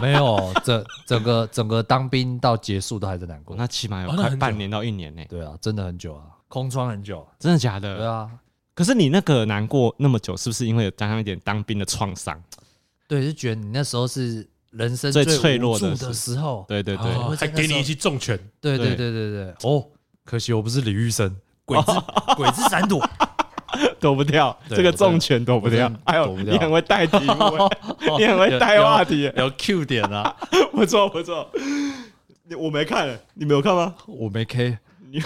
Speaker 3: 没有，整整个整个当兵到结束都还在难
Speaker 2: 哦
Speaker 3: 过。
Speaker 2: 那起码有
Speaker 1: 哦那
Speaker 2: 快
Speaker 1: 很久
Speaker 2: 半年到一年呢，
Speaker 3: 对啊，真的很久啊，空窗很久、啊。
Speaker 2: 真的假
Speaker 3: 对
Speaker 2: 的？
Speaker 3: 啊，
Speaker 2: 可是你那个难过那么久，是不是因为有加上一点当兵的创伤？
Speaker 3: 对，就觉得你那时候是人生
Speaker 2: 最脆
Speaker 3: 脆
Speaker 2: 弱的
Speaker 3: 的
Speaker 2: 时
Speaker 3: 的时候。
Speaker 2: 对对对，
Speaker 1: 哦
Speaker 3: 我
Speaker 1: 还
Speaker 3: 在那时候
Speaker 1: 给你一记重拳，
Speaker 3: 对对
Speaker 2: 对
Speaker 3: 对对对。哦，可惜我不是李玉生，鬼
Speaker 2: [laughs]
Speaker 3: 子鬼子闪躲。
Speaker 2: 躲不掉，
Speaker 3: 对
Speaker 2: 这个重拳躲不掉
Speaker 3: 我真。的
Speaker 2: 还有
Speaker 3: 躲不掉
Speaker 2: 你很会带题
Speaker 3: [laughs]
Speaker 2: 目欸，你很会带话题欸，
Speaker 3: 有 Q 点啊，
Speaker 2: 不错不错。你我没看，你没有看吗？
Speaker 3: 我没 K [laughs]
Speaker 2: 你。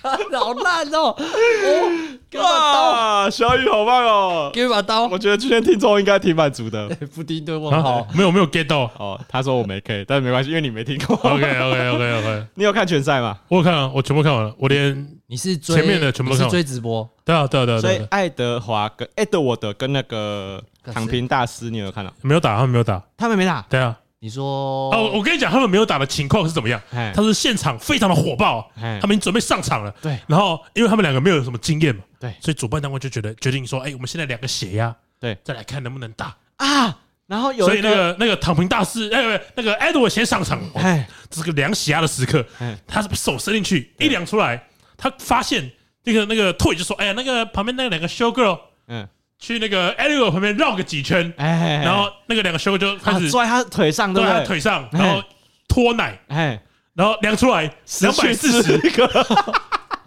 Speaker 3: 好烂哦！哦，给我把刀，
Speaker 2: 哇，小雨好棒哦！
Speaker 3: 给我把刀
Speaker 2: 我。觉得今天听众应该挺满足的。
Speaker 3: 布丁对问
Speaker 1: 啊
Speaker 3: 号，，
Speaker 1: 没有没有 get 到。
Speaker 2: 哦，他说我没 K，但是没关系，因为你没听过。
Speaker 1: OK OK OK OK，
Speaker 2: 你有看拳赛吗？
Speaker 1: [laughs] 我有看啊，我全部看完了，我连
Speaker 3: 你是追
Speaker 1: 前面的全部都看
Speaker 3: 你是
Speaker 1: 完
Speaker 3: 追直播，
Speaker 1: 对啊对啊对啊
Speaker 2: 所
Speaker 1: 对啊
Speaker 2: 以
Speaker 1: 对啊，
Speaker 2: 爱德华跟爱德我的跟那个躺平大师，你有看到？
Speaker 1: 没有打，他们没有打，
Speaker 2: 他们没打，
Speaker 1: 对啊。
Speaker 3: 你说
Speaker 1: 哦，我跟你讲，他们没有打的情况是怎么样？
Speaker 2: 哎
Speaker 1: 他，是现场非常的火爆，啊
Speaker 2: 哎
Speaker 1: 他们已经准备上场了。
Speaker 2: 对
Speaker 1: 然后因为他们两个没有什么经验嘛，
Speaker 2: 对
Speaker 1: 所以主办单位就觉得决定说，哎，我们现在两个血压，
Speaker 2: 对
Speaker 1: 再来看能不能打。
Speaker 2: 啊，然后有
Speaker 1: 所以
Speaker 2: 一
Speaker 1: 那个那个躺平大师，哎，不那个 Edward 先上场，哦
Speaker 2: 哎
Speaker 1: 这是个量血压的时刻
Speaker 2: 哎，
Speaker 1: 他手伸进去，一量出来，他发现那个那个 Toy 就说，哎呀，那个旁边那两个 show girl
Speaker 2: 嗯
Speaker 1: 去那个 Edward 旁边绕个几圈，
Speaker 2: 哎，
Speaker 1: 然后那个两个 show girl 就开
Speaker 2: 他
Speaker 1: 始
Speaker 2: 坐在啊他腿上，
Speaker 1: 坐
Speaker 2: 对不
Speaker 1: 在他
Speaker 2: 对？
Speaker 1: 腿上，
Speaker 2: 哎
Speaker 1: 然后拖奶，
Speaker 2: 哎，
Speaker 1: 然后量出来两百四十。
Speaker 2: 个，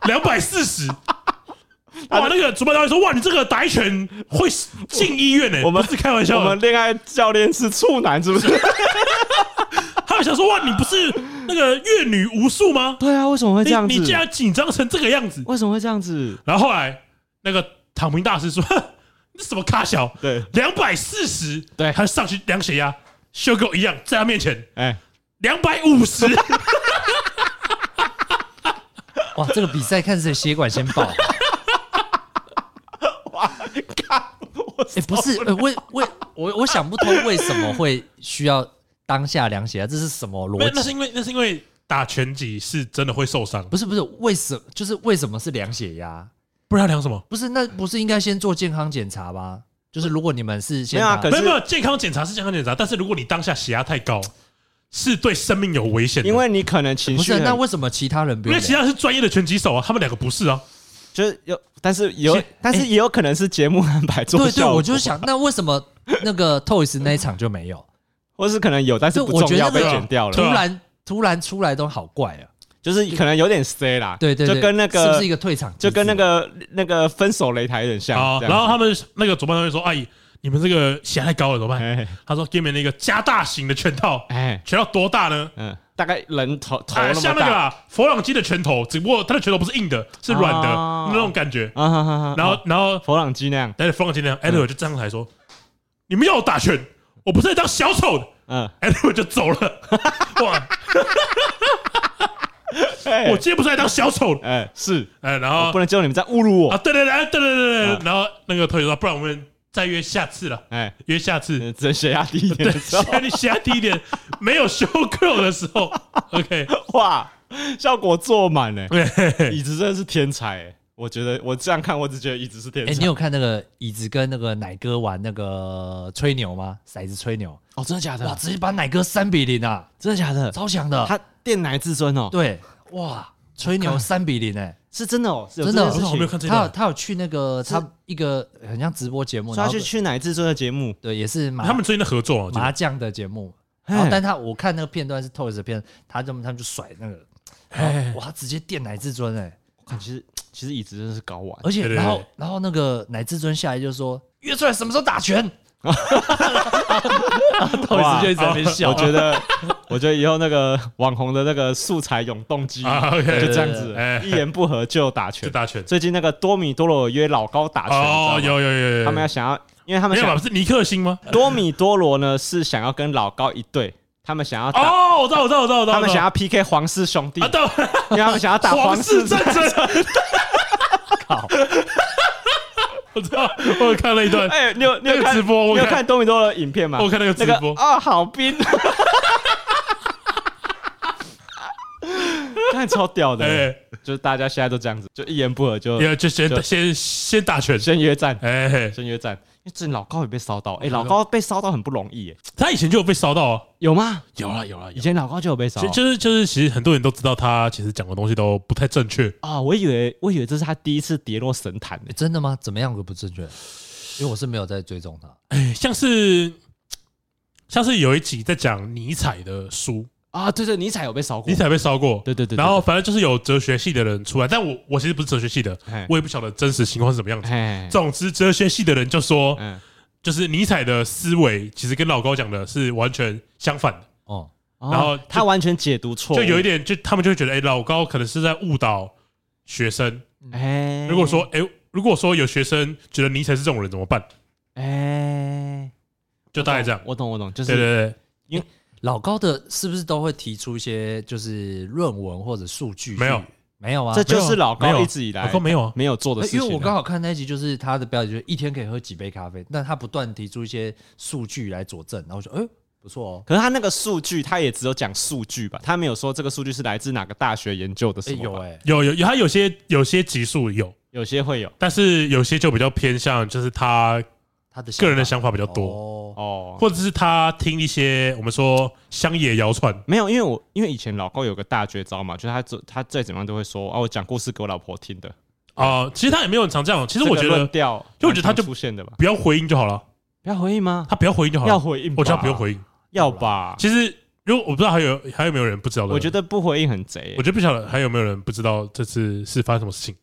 Speaker 1: 两百四十。
Speaker 2: [laughs]
Speaker 1: 哇，那个主办单位说：“哇，你这个打一拳会进医院呢、欸
Speaker 2: 我们
Speaker 1: 不是开玩笑
Speaker 2: 我们
Speaker 1: 的。
Speaker 2: 恋爱教练是处男，是不是？
Speaker 1: 他们想说：“哇，你不是那个阅女无数吗？
Speaker 2: 对啊，为什么会这样
Speaker 1: 你
Speaker 2: 子？
Speaker 1: 你竟然紧张成这个样子？
Speaker 2: 为什么会这样子？
Speaker 1: 然后后来那个躺平大师说：“你什么咖小？
Speaker 2: 对
Speaker 1: 两百四十，
Speaker 2: 对
Speaker 1: 他上去量血压，修狗一样在他面前
Speaker 2: 哎，
Speaker 1: 两百五十， [laughs]
Speaker 3: 哇，这个比赛看谁血管先 [laughs] 爆。哎、不是，呃为为我我想不通为什么会需要当下量血压，这是什么
Speaker 1: 没有
Speaker 3: 逻
Speaker 1: 那是
Speaker 3: 辑？
Speaker 1: 因为那是因为打拳击是真的会受伤，
Speaker 3: 不是不是，为什就是为什么是量血压？
Speaker 1: 不然要量什么？
Speaker 3: 不是，那不是应该先做健康检查吗？就是如果你们是先
Speaker 2: 没有啊
Speaker 3: 打
Speaker 2: 可
Speaker 1: 没
Speaker 2: 是
Speaker 1: 有没有，健康检查是健康检查，但是如果你当下血压太高，是对生命有危险的。
Speaker 2: 因为你可能情
Speaker 3: 不
Speaker 2: 绪
Speaker 3: 是，
Speaker 2: 很，
Speaker 3: 那为什么其他人不
Speaker 1: 因
Speaker 3: 用
Speaker 1: 为
Speaker 3: 量？
Speaker 1: 其他是专业的拳击手啊，他们两个不是啊。
Speaker 2: 就是有，但是有
Speaker 3: 是，
Speaker 2: 但是也有可能是节目安排做
Speaker 3: 对对，
Speaker 2: 效果
Speaker 3: 我就想，那为什么那个 Toys 那一场就没有？
Speaker 2: 或是可能有，但是
Speaker 3: 啊就
Speaker 2: 不
Speaker 3: 我
Speaker 2: 重
Speaker 3: 觉得
Speaker 2: 要被
Speaker 3: 那个
Speaker 2: 剪掉
Speaker 3: 突
Speaker 2: 了，
Speaker 1: 对啊
Speaker 3: 然突然出来都好怪啊！
Speaker 2: 就是可能有点 C 啦，
Speaker 3: 对对对，
Speaker 2: 就跟那
Speaker 3: 是不是一
Speaker 2: 个
Speaker 3: 个退场机制？
Speaker 2: 就跟那个那个分手擂台有点像
Speaker 1: 啊，，
Speaker 2: 这样子
Speaker 1: 然后他们那个主办单位说：“阿姨，你们这个血压太高了，怎么办
Speaker 2: 哎？”
Speaker 1: 他说：“给你们那个加大型的拳套，
Speaker 2: 哎
Speaker 1: 拳套多大呢？
Speaker 2: 嗯，大概人头头
Speaker 1: 哎，
Speaker 2: 那
Speaker 1: 像
Speaker 2: 么
Speaker 1: 那个
Speaker 2: 大，啊
Speaker 1: 啦，佛朗基的拳头，只不过他的拳头不是硬的，是软的
Speaker 2: 哦
Speaker 1: 那种感觉。
Speaker 2: 啊嗯哈哈哈，
Speaker 1: 然后，然后，
Speaker 2: 佛朗基那样，
Speaker 1: 但是佛朗基那样，艾德就站上来说：‘你们要我打拳，我不是来当小丑的。’
Speaker 2: 嗯，
Speaker 1: 艾德就走了。
Speaker 2: [laughs]
Speaker 1: 哇，
Speaker 2: 哎
Speaker 1: 我今天不是来当小丑的。
Speaker 2: 哎是，
Speaker 1: 哎，然
Speaker 2: 我
Speaker 1: 后
Speaker 2: 不能接受你们在侮辱
Speaker 1: 啊，
Speaker 2: 我，
Speaker 1: 对对对，哎对对对对
Speaker 2: 啊
Speaker 1: 对，然后那个同学说：‘不然我们再约下次了，
Speaker 2: 哎，
Speaker 1: 约下次。’
Speaker 2: 只能血压低一点
Speaker 1: 对，
Speaker 2: 的
Speaker 1: [laughs]
Speaker 2: 时候，
Speaker 1: 下你下低一点，没有修 curl 的时
Speaker 2: [laughs]
Speaker 1: 候，OK，
Speaker 2: 哇，效果做满嘞，
Speaker 1: 嘿嘿嘿
Speaker 2: 椅子真的是天才哎，我觉得我这样看，我只觉得椅子是天
Speaker 3: 哎、
Speaker 2: 才
Speaker 3: 你。有看那个椅子跟那个奶哥玩那个吹牛吗？骰子吹牛，
Speaker 2: 哦，真的假
Speaker 3: 哇，？直接把奶哥三比零啊，
Speaker 2: 真的假的？
Speaker 3: 超强的。
Speaker 2: 他电奶至尊哦，，
Speaker 3: 对，哇，吹牛三比零哎、
Speaker 2: 是真的哦，是有
Speaker 3: 真的
Speaker 2: 这件事
Speaker 1: 我
Speaker 2: 情
Speaker 1: 没有看这
Speaker 3: 他有
Speaker 1: 段，
Speaker 3: 他有去那个
Speaker 2: 是
Speaker 3: 他一个很像直播节目，
Speaker 2: 所以
Speaker 3: 然
Speaker 2: 他
Speaker 3: 后
Speaker 2: 去去奶至尊的节目，
Speaker 3: 对也是麻
Speaker 1: 他们最近的合作啊，我记
Speaker 3: 麻
Speaker 1: 得
Speaker 3: 将的节目，
Speaker 2: 嘿
Speaker 3: 然后但他我看那个片段是 Toys 的片，他就他们就甩那个，然后哇，他直接电奶至尊哎、
Speaker 2: 我看其实其实椅子真的是搞完，
Speaker 3: 而且
Speaker 1: 对对
Speaker 3: 然后
Speaker 1: 对
Speaker 3: 然后那个乃至尊下来就说约出来什么时候打拳，到底
Speaker 1: 啊
Speaker 2: 哇
Speaker 3: 是就一直在那边笑，
Speaker 2: 我
Speaker 1: 哦
Speaker 2: 觉得我觉得以后那个网红的那个素材永动机
Speaker 1: 啊
Speaker 2: 就
Speaker 1: ，OK，
Speaker 2: 这样子
Speaker 1: 哎，
Speaker 2: 一言不合就打
Speaker 1: 就
Speaker 2: 拳。
Speaker 1: 打拳，
Speaker 2: 最近那个多米多罗约老高打拳，
Speaker 1: 哦，
Speaker 2: 你知道吗
Speaker 1: 有有有有，
Speaker 2: 他们要想要，因为他们
Speaker 1: 没有吧？
Speaker 2: 想
Speaker 1: 不是尼克星吗？
Speaker 2: 多米多罗呢是想要跟老高一对，他们想要打，
Speaker 1: 哦，我知道我知道我知道我知道，
Speaker 2: 他们想要 PK 皇室兄弟
Speaker 1: 啊，，到
Speaker 2: 因为他们想要打
Speaker 1: 皇
Speaker 2: 室
Speaker 1: 室战争，
Speaker 3: 靠，
Speaker 1: 我知道， [laughs] 我有看那一段，
Speaker 2: 哎，你有你
Speaker 1: 那
Speaker 2: 有
Speaker 1: 个
Speaker 2: 看
Speaker 1: 直播我
Speaker 2: 你有
Speaker 1: 看
Speaker 2: 看多米多罗的影片吗？
Speaker 1: 我看那个直
Speaker 2: 那个
Speaker 1: 播，
Speaker 2: 啊，
Speaker 1: [laughs]
Speaker 2: 好冰，看超屌的，
Speaker 1: 哎，
Speaker 2: 就是大家现在都这样子，就一言不合就
Speaker 1: 要就
Speaker 2: 就
Speaker 1: 先先先打拳，
Speaker 2: 先约战，
Speaker 1: 哎，嗯嘿
Speaker 2: 先约战。因为最近老高也被烧到，哎，老高被烧到很不容易，哎，
Speaker 1: 他以前就有被烧到啊，
Speaker 2: 有吗？
Speaker 1: 有了有了
Speaker 2: 以。前老高就有被烧
Speaker 1: 其实就是就是，其实很多人都知道他其实讲的东西都不太正确，
Speaker 2: 啊，我以为我以为这是他第一次跌落神坛呢
Speaker 3: 诶。真的吗？怎么样个不正确？因为我是没有在追踪他，
Speaker 1: 像是像是有一集在讲尼采的书，
Speaker 2: 啊，对对，尼采有被烧过，
Speaker 1: 尼采被烧过，
Speaker 2: 对对对对
Speaker 1: 然后反正就是有哲学系的人出来，但我我其实不是哲学系的
Speaker 2: 嘿，
Speaker 1: 我也不晓得真实情况是什么样子。
Speaker 2: 哎，
Speaker 1: 总之，哲学系的人就说，
Speaker 2: 嗯，
Speaker 1: 就是尼采的思维其实跟老高讲的是完全相反的，
Speaker 3: 哦，
Speaker 2: 然
Speaker 1: 然后就
Speaker 2: 他完全解读错误，
Speaker 1: 就有一点，就他们就会觉得，哎，老高可能是在误导学生。
Speaker 2: 哎，
Speaker 1: 如果说，哎，如果说有学生觉得尼采是这种人怎么办？
Speaker 2: 哎，
Speaker 1: 就大概这样。
Speaker 2: 我懂我懂，就
Speaker 1: 对对
Speaker 2: 是
Speaker 1: 对，
Speaker 3: 老高的是不是都会提出一些就是论文或者数据去？
Speaker 1: 没有
Speaker 3: 没有啊
Speaker 2: 这，就是老
Speaker 1: 没有
Speaker 2: 高
Speaker 1: 啊
Speaker 2: 一直以来
Speaker 1: 老高没有啊，
Speaker 2: 没有做的事
Speaker 3: 因
Speaker 2: 情啊，
Speaker 3: 为我刚好看那一集，就是他的标题就是一天可以喝几杯咖啡，但他不断提出一些数据来佐证，然后我说，哎、不错哦，
Speaker 2: 可是他那个数据，他也只有讲数据吧，他没有说这个数据是来自哪个大学研究的
Speaker 3: 哎、
Speaker 2: 什么
Speaker 3: 有
Speaker 2: 吧。
Speaker 3: 哎、
Speaker 1: 有有有，他有些有些集数有，
Speaker 2: 有些会有
Speaker 1: 但是有些就比较偏向，就是他
Speaker 3: 他的
Speaker 1: 个人的
Speaker 3: 法
Speaker 1: 想法比较多。
Speaker 3: 哦，
Speaker 2: 哦，
Speaker 1: 或者是他听一些我们说乡野谣传，
Speaker 2: 没有，因为我因为以前老高有个大绝招嘛，就是他做他再怎么样都会说啊，我讲故事给我老婆听的。
Speaker 1: 啊，其实他也没有很常这样。其
Speaker 2: 其
Speaker 1: 实我觉得
Speaker 2: 掉，
Speaker 1: 就我觉得他就
Speaker 2: 出现的吧，
Speaker 1: 不要回应就好了，
Speaker 2: 不要回应吗？
Speaker 1: 他不要回应就好
Speaker 2: 要
Speaker 1: 了。
Speaker 2: 回应吧，
Speaker 1: 我觉得他不用回应。
Speaker 2: 要吧？
Speaker 1: 其实如果我不知道还有还有没有人不知道的，
Speaker 2: 我觉得不回应很贼欸、
Speaker 1: 我觉得不晓得还有没有人不知道这次是发生什么事情。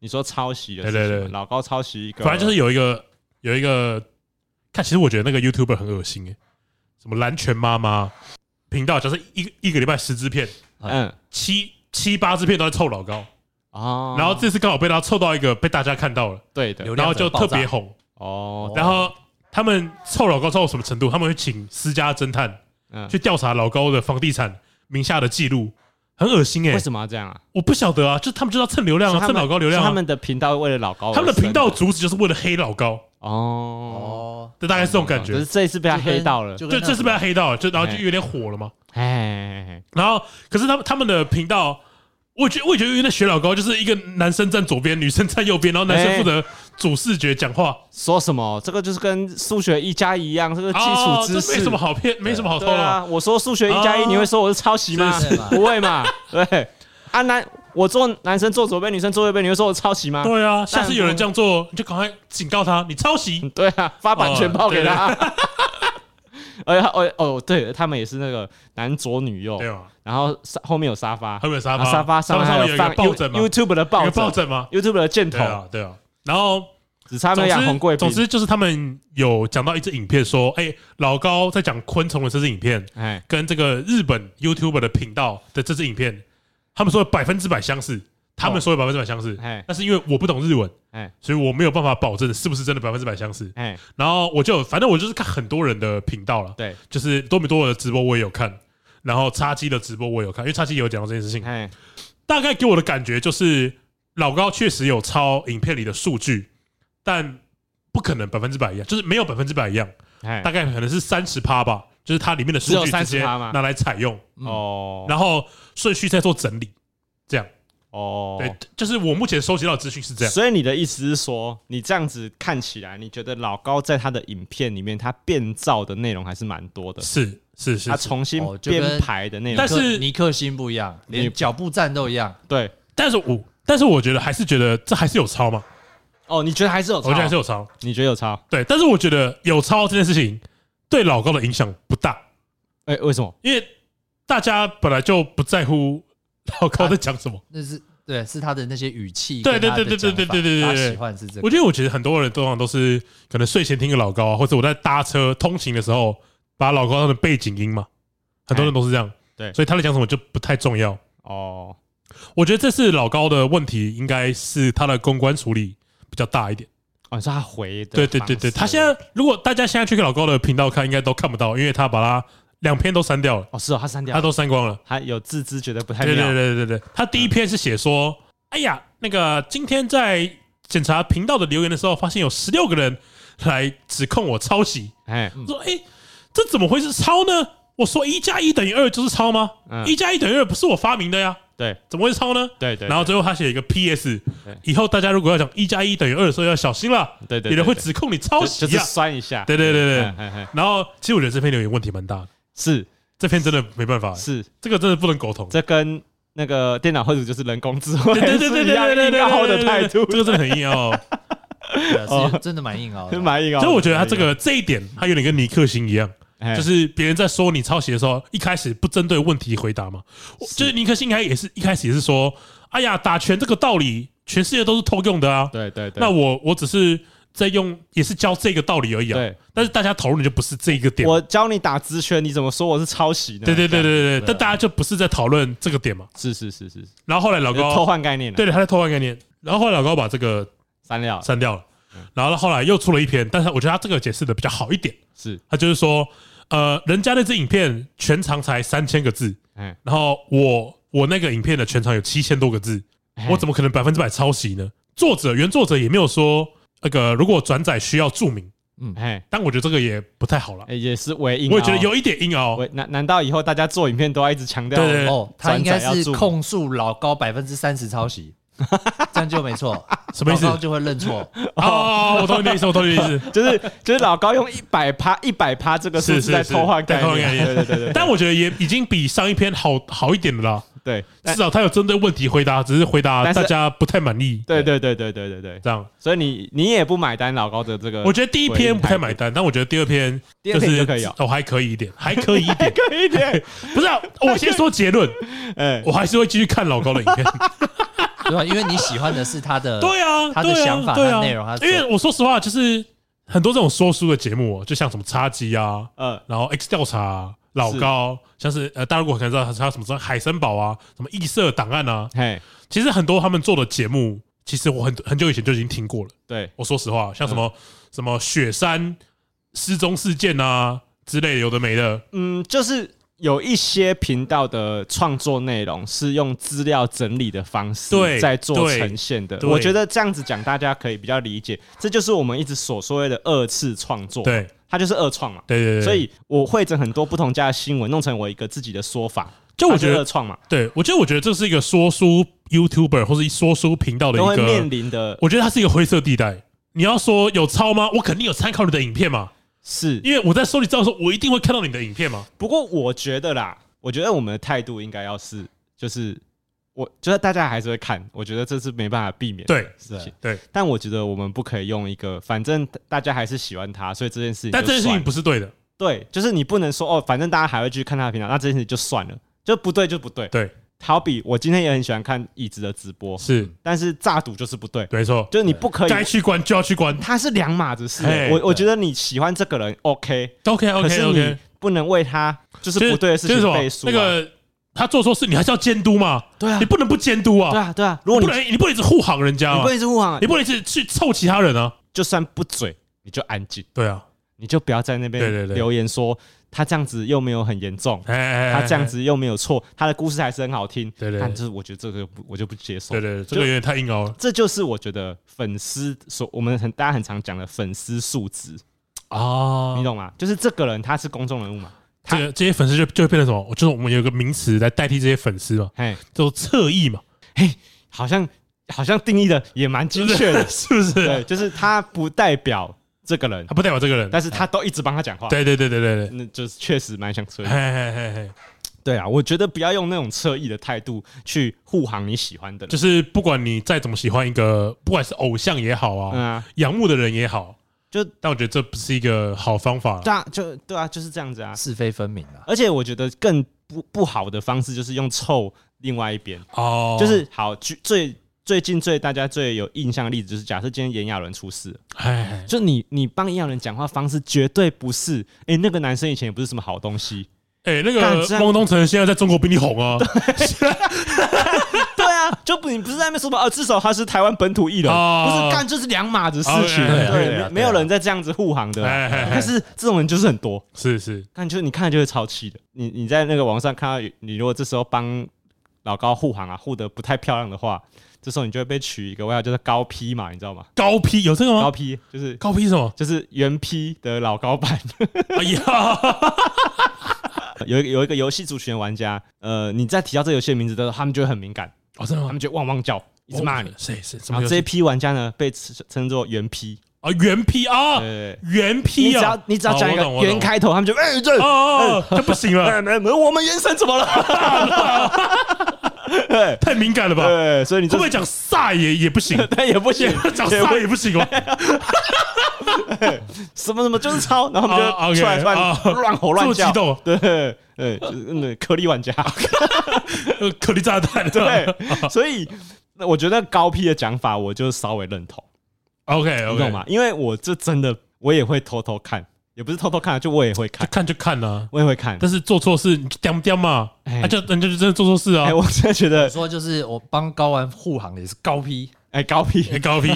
Speaker 2: 你说抄袭的
Speaker 1: 对
Speaker 2: 事情
Speaker 1: 对
Speaker 2: 吗，
Speaker 1: 对
Speaker 2: 老高抄袭一个，
Speaker 1: 反正就是有一个有一个，看其实我觉得那个 YouTuber 很恶心诶、什么蓝拳妈妈频道，假设一一个礼拜十支片，
Speaker 2: 嗯
Speaker 1: 七七八支片都在凑老高，
Speaker 2: 哦，
Speaker 1: 然后这次刚好被他凑到一个被大家看到了，
Speaker 2: 对的
Speaker 3: 流
Speaker 1: 然
Speaker 3: 量
Speaker 1: 后就
Speaker 3: 整个爆
Speaker 1: 特
Speaker 3: 炸
Speaker 1: 别红。
Speaker 2: 哦，
Speaker 1: 然后他们凑老高凑到什么程度？他们会请私家侦探
Speaker 2: 嗯，
Speaker 1: 去调查老高的房地产名下的记录，很恶心哎、
Speaker 2: 为什么要这样啊？
Speaker 1: 我不晓得啊，就他们就要蹭流量
Speaker 2: 所以
Speaker 1: 啊，
Speaker 2: 他
Speaker 1: 蹭
Speaker 2: 们
Speaker 1: 老高流量、啊。
Speaker 2: 所以他们的频道为了老高而
Speaker 1: 他
Speaker 2: 生的，
Speaker 1: 们的频道主旨就是为了黑老高，
Speaker 2: 哦，
Speaker 3: 哦，
Speaker 1: 就大概是这种感
Speaker 2: 可
Speaker 1: 觉
Speaker 2: 是。这一次被他
Speaker 3: 就跟
Speaker 2: 黑到了，
Speaker 3: 就
Speaker 1: 就
Speaker 3: 跟
Speaker 1: 这次被他黑到了，就然后就
Speaker 2: 哎
Speaker 1: 有点火了嘛。
Speaker 2: 哎，
Speaker 1: 然后可是他们他们的频道，我觉得我也觉得有点学老高，就是一个男生站左边，女生站右边，然后男生
Speaker 2: 哎
Speaker 1: 负责主视觉讲话。
Speaker 2: 说什么？这个就是跟数学一加一一样，这个基
Speaker 1: 哦
Speaker 2: 础
Speaker 1: 这
Speaker 2: 知识
Speaker 1: 没什么好骗，没什么好偷
Speaker 2: 对
Speaker 1: 的嘛。
Speaker 2: 啊，我说数学一加一，
Speaker 1: 哦
Speaker 2: 你会说我是抄袭吗
Speaker 3: 是是嘛？
Speaker 2: 不会嘛？对啊，男我坐男生坐左边，女生坐右边，你会说我抄袭吗？
Speaker 1: 对啊，下次有人这样做，你就赶快警告他，你抄袭。
Speaker 2: [laughs] 对啊，发版
Speaker 1: 哦
Speaker 2: 权炮给他。 [laughs] 而且哦哦，对他们也是那个男左女右
Speaker 1: 对，嘛？
Speaker 2: 然后沙后面有沙发，
Speaker 1: 后面有沙
Speaker 2: 然
Speaker 1: 发，
Speaker 2: 后沙发上面还
Speaker 1: 有一
Speaker 2: 放
Speaker 1: 个抱枕嘛，
Speaker 2: You-
Speaker 1: 有
Speaker 2: YouTube 的抱
Speaker 1: 个抱
Speaker 2: 枕
Speaker 1: 枕嘛。
Speaker 2: ，YouTube 的箭头
Speaker 1: 对，啊，对啊。然后
Speaker 2: 只差没有养红贵
Speaker 1: 总之，总。
Speaker 2: 宾
Speaker 1: 之就是他们有讲到一支影片说，哎，老高在讲昆虫的这支影片，
Speaker 2: 哎，
Speaker 1: 跟这个日本 YouTuber 的频道的这支影片，他们说百分之百相似，他们说有百分之百相似
Speaker 2: 哎，
Speaker 1: 但是因为我不懂日文
Speaker 2: 哎，
Speaker 1: 所以我没有办法保证是不是真的百分之百相似。
Speaker 2: 哎，
Speaker 1: 然后我就反正我就是看很多人的频道了，
Speaker 2: 对，
Speaker 1: 就是多米多的直播我也有看，然后叉鸡的直播我也有看，因为叉鸡也有讲到这件事情。
Speaker 2: 哎，
Speaker 1: 大概给我的感觉就是，老高确实有抄影片里的数据，但不可能百分之百一样，就是没有百分之百一样，大
Speaker 2: 哎，
Speaker 1: 概可能是三十趴吧，就是它里面的数据
Speaker 2: 只有
Speaker 1: 直接
Speaker 2: 30%吗
Speaker 1: 拿来采用，
Speaker 2: 哦，
Speaker 1: 然后顺序再做整理，这样。
Speaker 2: 哦，
Speaker 1: 对，就是我目前收集到的资讯是这样。
Speaker 2: 所以你的意思是说，你这样子看起来，你觉得老高在他的影片里面，他变造的内容还是蛮多的，
Speaker 1: 是是是
Speaker 2: 他，重新
Speaker 3: 哦就跟
Speaker 2: 编排的内容
Speaker 1: 但，是
Speaker 3: 尼克星不一样，
Speaker 2: 你
Speaker 3: 连脚步站都一样。
Speaker 2: 对，
Speaker 1: 但是我但是我觉得还是觉得这还是有抄嘛，
Speaker 2: 哦，你觉得还是有
Speaker 1: 我
Speaker 2: 抄？
Speaker 1: 觉得还是有抄。
Speaker 2: 你觉得有抄？
Speaker 1: 对，但是我觉得有抄这件事情对老高的影响不大，
Speaker 2: 哎、为什么？
Speaker 1: 因为大家本来就不在乎老高在讲什
Speaker 2: 啊
Speaker 1: 么。
Speaker 3: 那是对，是他的那些语气
Speaker 1: 对
Speaker 3: 跟
Speaker 1: 对
Speaker 3: 他的
Speaker 1: 对
Speaker 3: 讲法，
Speaker 1: 对对对对对对对
Speaker 3: 他喜欢是这
Speaker 1: 我
Speaker 3: 个，
Speaker 1: 觉得，我觉得很多人通常都是可能睡前听个老高啊，或者我在搭车通勤的时候把老高当成背景音嘛，很多人都是这样。
Speaker 2: 对
Speaker 1: 所以他在讲什么就不太重要。
Speaker 2: 哦，
Speaker 1: 我觉得这次老高的问题应该是他的公关处理比较大一点。
Speaker 2: 哦，你说他回的，
Speaker 1: 对对对对，他现在如果大家现在去给老高的频道看，应该都看不到，因为他把他两篇都删掉了，
Speaker 2: 哦是哦，他删掉
Speaker 1: 他
Speaker 2: 了，
Speaker 1: 都删光了。
Speaker 2: 他有自知觉得不太
Speaker 1: 对
Speaker 2: 妙，
Speaker 1: 对对对对，他第一篇是写说，哎呀，那个今天在检查频道的留言的时候，发现有十六个人来指控我抄袭，
Speaker 2: 哎，
Speaker 1: 说，哎，这怎么会是抄呢？我说一加一等于二就是抄吗？
Speaker 2: 嗯
Speaker 1: 一加一等于二不是我发明的呀，
Speaker 2: 对
Speaker 1: 怎么会是抄呢？
Speaker 2: 对对，
Speaker 1: 然后最后他写一个 P.S.
Speaker 2: 对
Speaker 1: 以后大家如果要讲一加一等于二的时候要小心了，
Speaker 2: 对对对
Speaker 1: 有人会
Speaker 2: 对
Speaker 1: 指控你抄袭
Speaker 2: 就就是
Speaker 1: 呀。
Speaker 2: 酸一下，
Speaker 1: 对对对对
Speaker 2: 嗯，嗯嗯
Speaker 1: 然后其实我觉得这篇留言问题蛮大的，
Speaker 2: 是
Speaker 1: 这篇真的没办法，
Speaker 2: 是，
Speaker 1: 这个真的不能沟通。
Speaker 2: 这跟那个电脑绘图就是人工智慧
Speaker 1: 对对对
Speaker 2: 是一
Speaker 1: 对
Speaker 2: 样
Speaker 1: 对对
Speaker 2: 硬
Speaker 1: 对，
Speaker 2: 凹的态度，
Speaker 1: 这个真的很硬哦。
Speaker 3: 对
Speaker 2: 哦
Speaker 3: 啊是真
Speaker 1: [laughs]
Speaker 3: 的蛮硬熬的。
Speaker 2: 蛮硬凹的。
Speaker 1: 所以我觉得他这个这一点，他有点跟尼克星一样，
Speaker 2: 哎
Speaker 1: 就是别人在说你抄袭的时候，一开始不针对问题回答嘛。我就是尼克星应该也是一开始也是说，哎呀，打拳这个道理，全世界都是偷用的啊。
Speaker 2: 对对对，
Speaker 1: 那我我只是在用，也是教这个道理而已啊
Speaker 2: 对。
Speaker 1: 但是大家讨论就不是这个点。
Speaker 2: 我教你打直拳，你怎么说我是抄袭呢？
Speaker 1: 对对对
Speaker 2: 这样，
Speaker 1: 对对，但大家就不是在讨论这个点嘛。
Speaker 2: 是是是是，是
Speaker 1: 然后后来老
Speaker 2: 偷
Speaker 1: 高，
Speaker 2: 换概念了，
Speaker 1: 对对，他在偷换概念。然后后来老高把这个
Speaker 2: 删掉了
Speaker 1: 删掉了，
Speaker 2: 嗯
Speaker 1: 然后后来又出了一篇，但是我觉得他这个解释的比较好一点。
Speaker 2: 是，
Speaker 1: 他就是说，呃，人家那支影片全长才三千个字，
Speaker 2: 哎，
Speaker 1: 然后我我那个影片的全长有七千多个字，我怎么
Speaker 2: 么
Speaker 1: 可能百分之百抄袭呢？作者原作者也没有说那个如果转载需要注明，
Speaker 2: 哎
Speaker 1: 但我觉得这个也不太好了
Speaker 2: 哎，也是为硬凹，
Speaker 1: 我也觉得有一点硬凹
Speaker 2: 喂，。难难道以后大家做影片都要一直强调？
Speaker 1: 对对对
Speaker 3: 哦，他应该
Speaker 2: 转载要
Speaker 3: 是
Speaker 2: 注明
Speaker 3: 控诉老高百分之三十抄袭，这样就没错。
Speaker 1: [laughs] 什么意思
Speaker 3: 老高就会认错，
Speaker 1: 哦，我懂你的意思，我懂你的意思。
Speaker 2: 就是就是老高用一百趴一百趴这个
Speaker 1: 是
Speaker 2: 数字
Speaker 1: 是
Speaker 2: 在
Speaker 1: 是
Speaker 2: 偷换概
Speaker 1: 在偷换概
Speaker 2: 念，
Speaker 1: 念
Speaker 2: 对对 [laughs] 对对
Speaker 1: 但我觉得也已经比上一篇好好一点了啦，
Speaker 2: 对，
Speaker 1: 至
Speaker 2: 但
Speaker 1: 少他有针对问题回答，只是回答
Speaker 2: 但是
Speaker 1: 大家不太满意
Speaker 2: 对对对对对对对，
Speaker 1: 这样。
Speaker 2: 所以你你也不买单老高的这个，
Speaker 1: 我觉得第一篇不太买单，但我觉得第二篇
Speaker 2: 第二
Speaker 1: 就
Speaker 2: 篇就是
Speaker 3: 啊
Speaker 2: 可以哦
Speaker 1: 哦，还可以一点，还可以一点。 [laughs]
Speaker 2: 可以一点，
Speaker 1: 不是、啊，我先说结
Speaker 3: [laughs]
Speaker 1: 论，
Speaker 2: [laughs] 哎，
Speaker 1: 我还是会继续看老高的影片。
Speaker 3: 对吧？因为你喜欢的是他的，
Speaker 1: 对啊，
Speaker 3: 他的
Speaker 1: 对啊
Speaker 3: 想法
Speaker 1: 对啊
Speaker 3: 他的内容他的
Speaker 1: 因为我说实话，就是很多这种说书的节目哦，就像什么叉鸡啊，
Speaker 2: 呃，
Speaker 1: 然后 X 调查啊，老
Speaker 2: 是
Speaker 1: 高，像是呃大陆我可能知道他什么什么海森堡啊，什么异色档案啊，
Speaker 2: 嘿，
Speaker 1: 其实很多他们做的节目，其实我很很久以前就已经听过了。
Speaker 2: 对，
Speaker 1: 我说实话，像什么、
Speaker 3: 嗯
Speaker 1: 什么雪山失踪事件啊之类的，有的没的，
Speaker 2: 嗯，就是有一些频道的创作内容是用资料整理的方
Speaker 1: 对
Speaker 2: 式在做
Speaker 1: 对
Speaker 2: 呈现的。
Speaker 1: 对
Speaker 2: 我觉得这样子讲，大家可以比较理解，这就是我们一直所所谓的二次创作。，
Speaker 1: 对
Speaker 2: 它就是二创嘛。
Speaker 1: 对对对，
Speaker 2: 所以我汇整很多不同家的新闻，弄成我一个自己的说法，
Speaker 1: 就我觉
Speaker 2: 它是二
Speaker 1: 得，
Speaker 2: 创嘛，
Speaker 1: 对我觉得，我觉得这是一个说书 YouTuber 或是说书频道的
Speaker 2: 都会
Speaker 1: 一
Speaker 2: 面
Speaker 1: 个，
Speaker 2: 临的
Speaker 1: 我觉得它是一个灰色地带。你要说有抄吗？我肯定有参考你的影片嘛，
Speaker 2: 是。
Speaker 1: 因为我在收集资料的时候，我一定会看到你的影片嘛。
Speaker 2: 不过我觉得啦，我觉得我们的态度应该要是，就是我觉得大家还是会看，我觉得这是没办法避免的
Speaker 1: 对
Speaker 2: 事情。
Speaker 1: 对，
Speaker 2: 但我觉得我们不可以用一个，反正大家还是喜欢他，所以这件事情就
Speaker 1: 但这件事
Speaker 2: 算
Speaker 1: 情
Speaker 2: 了
Speaker 1: 不是对的，
Speaker 2: 对，就是你不能说哦，反正大家还会继续看他的频道，那这件事情就算了，就不对就不对。
Speaker 1: 对，
Speaker 2: 好比我今天也很喜欢看椅子的直播，
Speaker 1: 是
Speaker 2: 但是诈赌就是不对，
Speaker 1: 没错，
Speaker 2: 就是你不可以，
Speaker 1: 该去关就要去关
Speaker 2: 他是两码子事
Speaker 1: 嘿。
Speaker 2: 我我觉得你喜欢这个人 OK，
Speaker 1: ，OK
Speaker 2: 可
Speaker 1: OK
Speaker 2: 是
Speaker 1: OK，
Speaker 2: 你不能为他就是
Speaker 1: 就是
Speaker 2: 不对的事
Speaker 1: 就是什
Speaker 2: 情
Speaker 1: 么
Speaker 2: 背书啊。
Speaker 1: 那个他做错事，你还是要监督嘛，
Speaker 2: 对啊
Speaker 1: 你不能不监督
Speaker 2: 对
Speaker 1: 啊，
Speaker 2: 啊对啊，如
Speaker 1: 你
Speaker 2: 果
Speaker 1: 不
Speaker 2: 你
Speaker 1: 能你不能一直护航人家
Speaker 2: 你
Speaker 1: 嘛
Speaker 2: 不，能一直护航，
Speaker 1: 你不能一直去凑其他人啊，
Speaker 2: 就算不嘴，你就安静。
Speaker 1: 对啊，
Speaker 2: 你就不要在那
Speaker 1: 对对
Speaker 2: 边
Speaker 1: 对
Speaker 2: 留言说他这样子又没有很严重，
Speaker 1: 哎哎，哎
Speaker 2: 他这样，子又没有错，他的故事还是很好听。
Speaker 1: 对对对
Speaker 2: 但就是我觉得这个不我就不接受。
Speaker 1: 对对，对这个有点太硬凹了
Speaker 2: 这就是我觉得粉丝所我们很大家很常讲的粉丝素质，
Speaker 1: 啊
Speaker 2: 你。懂吗？就是这个人他是公众人物嘛，
Speaker 1: 这个这些粉丝就就会变成什么？就是我们有一个名词来代替这些粉丝嘛，
Speaker 2: 嘿，
Speaker 1: 叫做侧翼嘛，，
Speaker 2: 好像好像定义的也蛮精确的
Speaker 1: 是不
Speaker 2: 对，
Speaker 1: 是？
Speaker 2: 就是他不代表这个人
Speaker 1: 他，不代表这个人，
Speaker 2: 但是他都一直帮他讲话，，
Speaker 1: 对对对对对
Speaker 2: 那就是确实蛮想催
Speaker 1: 对，。嘿嘿嘿嘿，
Speaker 2: 对啊，我觉得不要用那种侧翼的态度去护航你喜欢的人，
Speaker 1: 就是不管你再怎么喜欢一个，不管是偶像也好
Speaker 2: 嗯
Speaker 1: 啊，
Speaker 2: 啊，
Speaker 1: 仰慕的人也好，
Speaker 2: 就
Speaker 1: 但我觉得这不是一个好方法啦。
Speaker 2: 对啊，就对啊，就是这样子啊。
Speaker 3: 是非分明啊。
Speaker 2: 而且我觉得更不不好的方式就是用臭另外一边，
Speaker 1: 哦，
Speaker 2: 就是好举最最近最大家最有印象的例子就是，假设今天炎亚纶出事了，
Speaker 1: 哎，
Speaker 2: 就你你帮炎亚纶讲话方式绝对不是，哎、那个男生以前也不是什么好东西，
Speaker 1: 哎，那
Speaker 2: 干
Speaker 1: 个
Speaker 2: 这样
Speaker 1: 汪东城现在在中国比你红啊，
Speaker 2: 对啊，就不你不是在那边说吧，呃，至少他是台湾本土艺人，
Speaker 1: 哦
Speaker 2: 不是干这是两码子事情，
Speaker 1: 哦对啊
Speaker 3: 对啊对啊
Speaker 2: 对，没没有人在这样子护航的啊，
Speaker 1: 哎哎哎
Speaker 2: 但是这种人就是很多。
Speaker 1: 是是，
Speaker 2: 看就是你看了就会超气的。你你在那个网上看到有，你如果这时候帮老高护航啊，护得不太漂亮的话，这时候你就会被取一个外号，就是高 P 嘛，你知道吗？
Speaker 1: 高 P 有这个
Speaker 2: 高
Speaker 1: 吗？
Speaker 2: P 就是
Speaker 1: 高 P 什么？
Speaker 2: 就是原 P 的老高版。
Speaker 1: 哎
Speaker 2: [laughs]
Speaker 1: 呀，
Speaker 2: 有一 [laughs] 个有一个游戏族群的玩家，呃，你在提到这游戏的名字的时候，他们就会很敏感，
Speaker 1: 哦，真的
Speaker 2: 他
Speaker 1: 吗
Speaker 2: 们？就汪汪叫，一直骂你啊
Speaker 1: 哦。谁谁什么
Speaker 2: 然后
Speaker 1: 游
Speaker 2: 这一
Speaker 1: 戏？
Speaker 2: 批玩家呢，被称称作原 P，
Speaker 1: 啊，原 P 啊
Speaker 2: 对，对对
Speaker 1: 原
Speaker 2: 你
Speaker 1: P
Speaker 2: 只
Speaker 1: 啊
Speaker 2: 要，你只要
Speaker 1: 哦
Speaker 2: 讲一
Speaker 1: 我
Speaker 2: 个
Speaker 1: 懂我懂
Speaker 2: 原开头，他们就哎这
Speaker 1: 哦，哦
Speaker 2: [laughs]
Speaker 1: 这不行了，
Speaker 2: 哎哎我们原神怎么了？
Speaker 1: 太敏感了吧？会
Speaker 2: 对，所以你这
Speaker 1: 不会讲飒也也不
Speaker 2: [laughs]
Speaker 1: 行？
Speaker 2: 但也不
Speaker 1: [laughs]
Speaker 2: 行，
Speaker 1: 讲
Speaker 2: 也不
Speaker 1: 飒也不行哦。
Speaker 2: 什么什么就是抄，然后他
Speaker 1: 啊
Speaker 2: 们
Speaker 1: ，OK，
Speaker 2: 就出来乱
Speaker 1: 啊
Speaker 2: 乱吼
Speaker 1: 这
Speaker 2: 乱
Speaker 1: 么激
Speaker 2: 叫，
Speaker 1: 动，啊
Speaker 2: 对对，就是那颗
Speaker 1: [laughs]
Speaker 2: 粒玩家，
Speaker 1: 呃颗粒炸弹。
Speaker 2: 对，所以那我觉得高 P 的讲法，我就稍微认同，
Speaker 1: ，OK
Speaker 2: 你
Speaker 1: OK，
Speaker 2: 懂吗？？因为我这真的我也会偷偷看，也不是偷偷看啊，就我也会看，
Speaker 1: 看就看啊，
Speaker 2: 我也会看，
Speaker 1: 但是做错事你就屌不屌嘛？
Speaker 2: 哎
Speaker 1: 啊，就人家就真的做错事啊
Speaker 2: 哎，。我真的觉
Speaker 3: 我
Speaker 2: 得，
Speaker 3: 说就是我帮高玩护航的也是高 P，
Speaker 2: 哎， [laughs] 高 P
Speaker 1: 哎高 P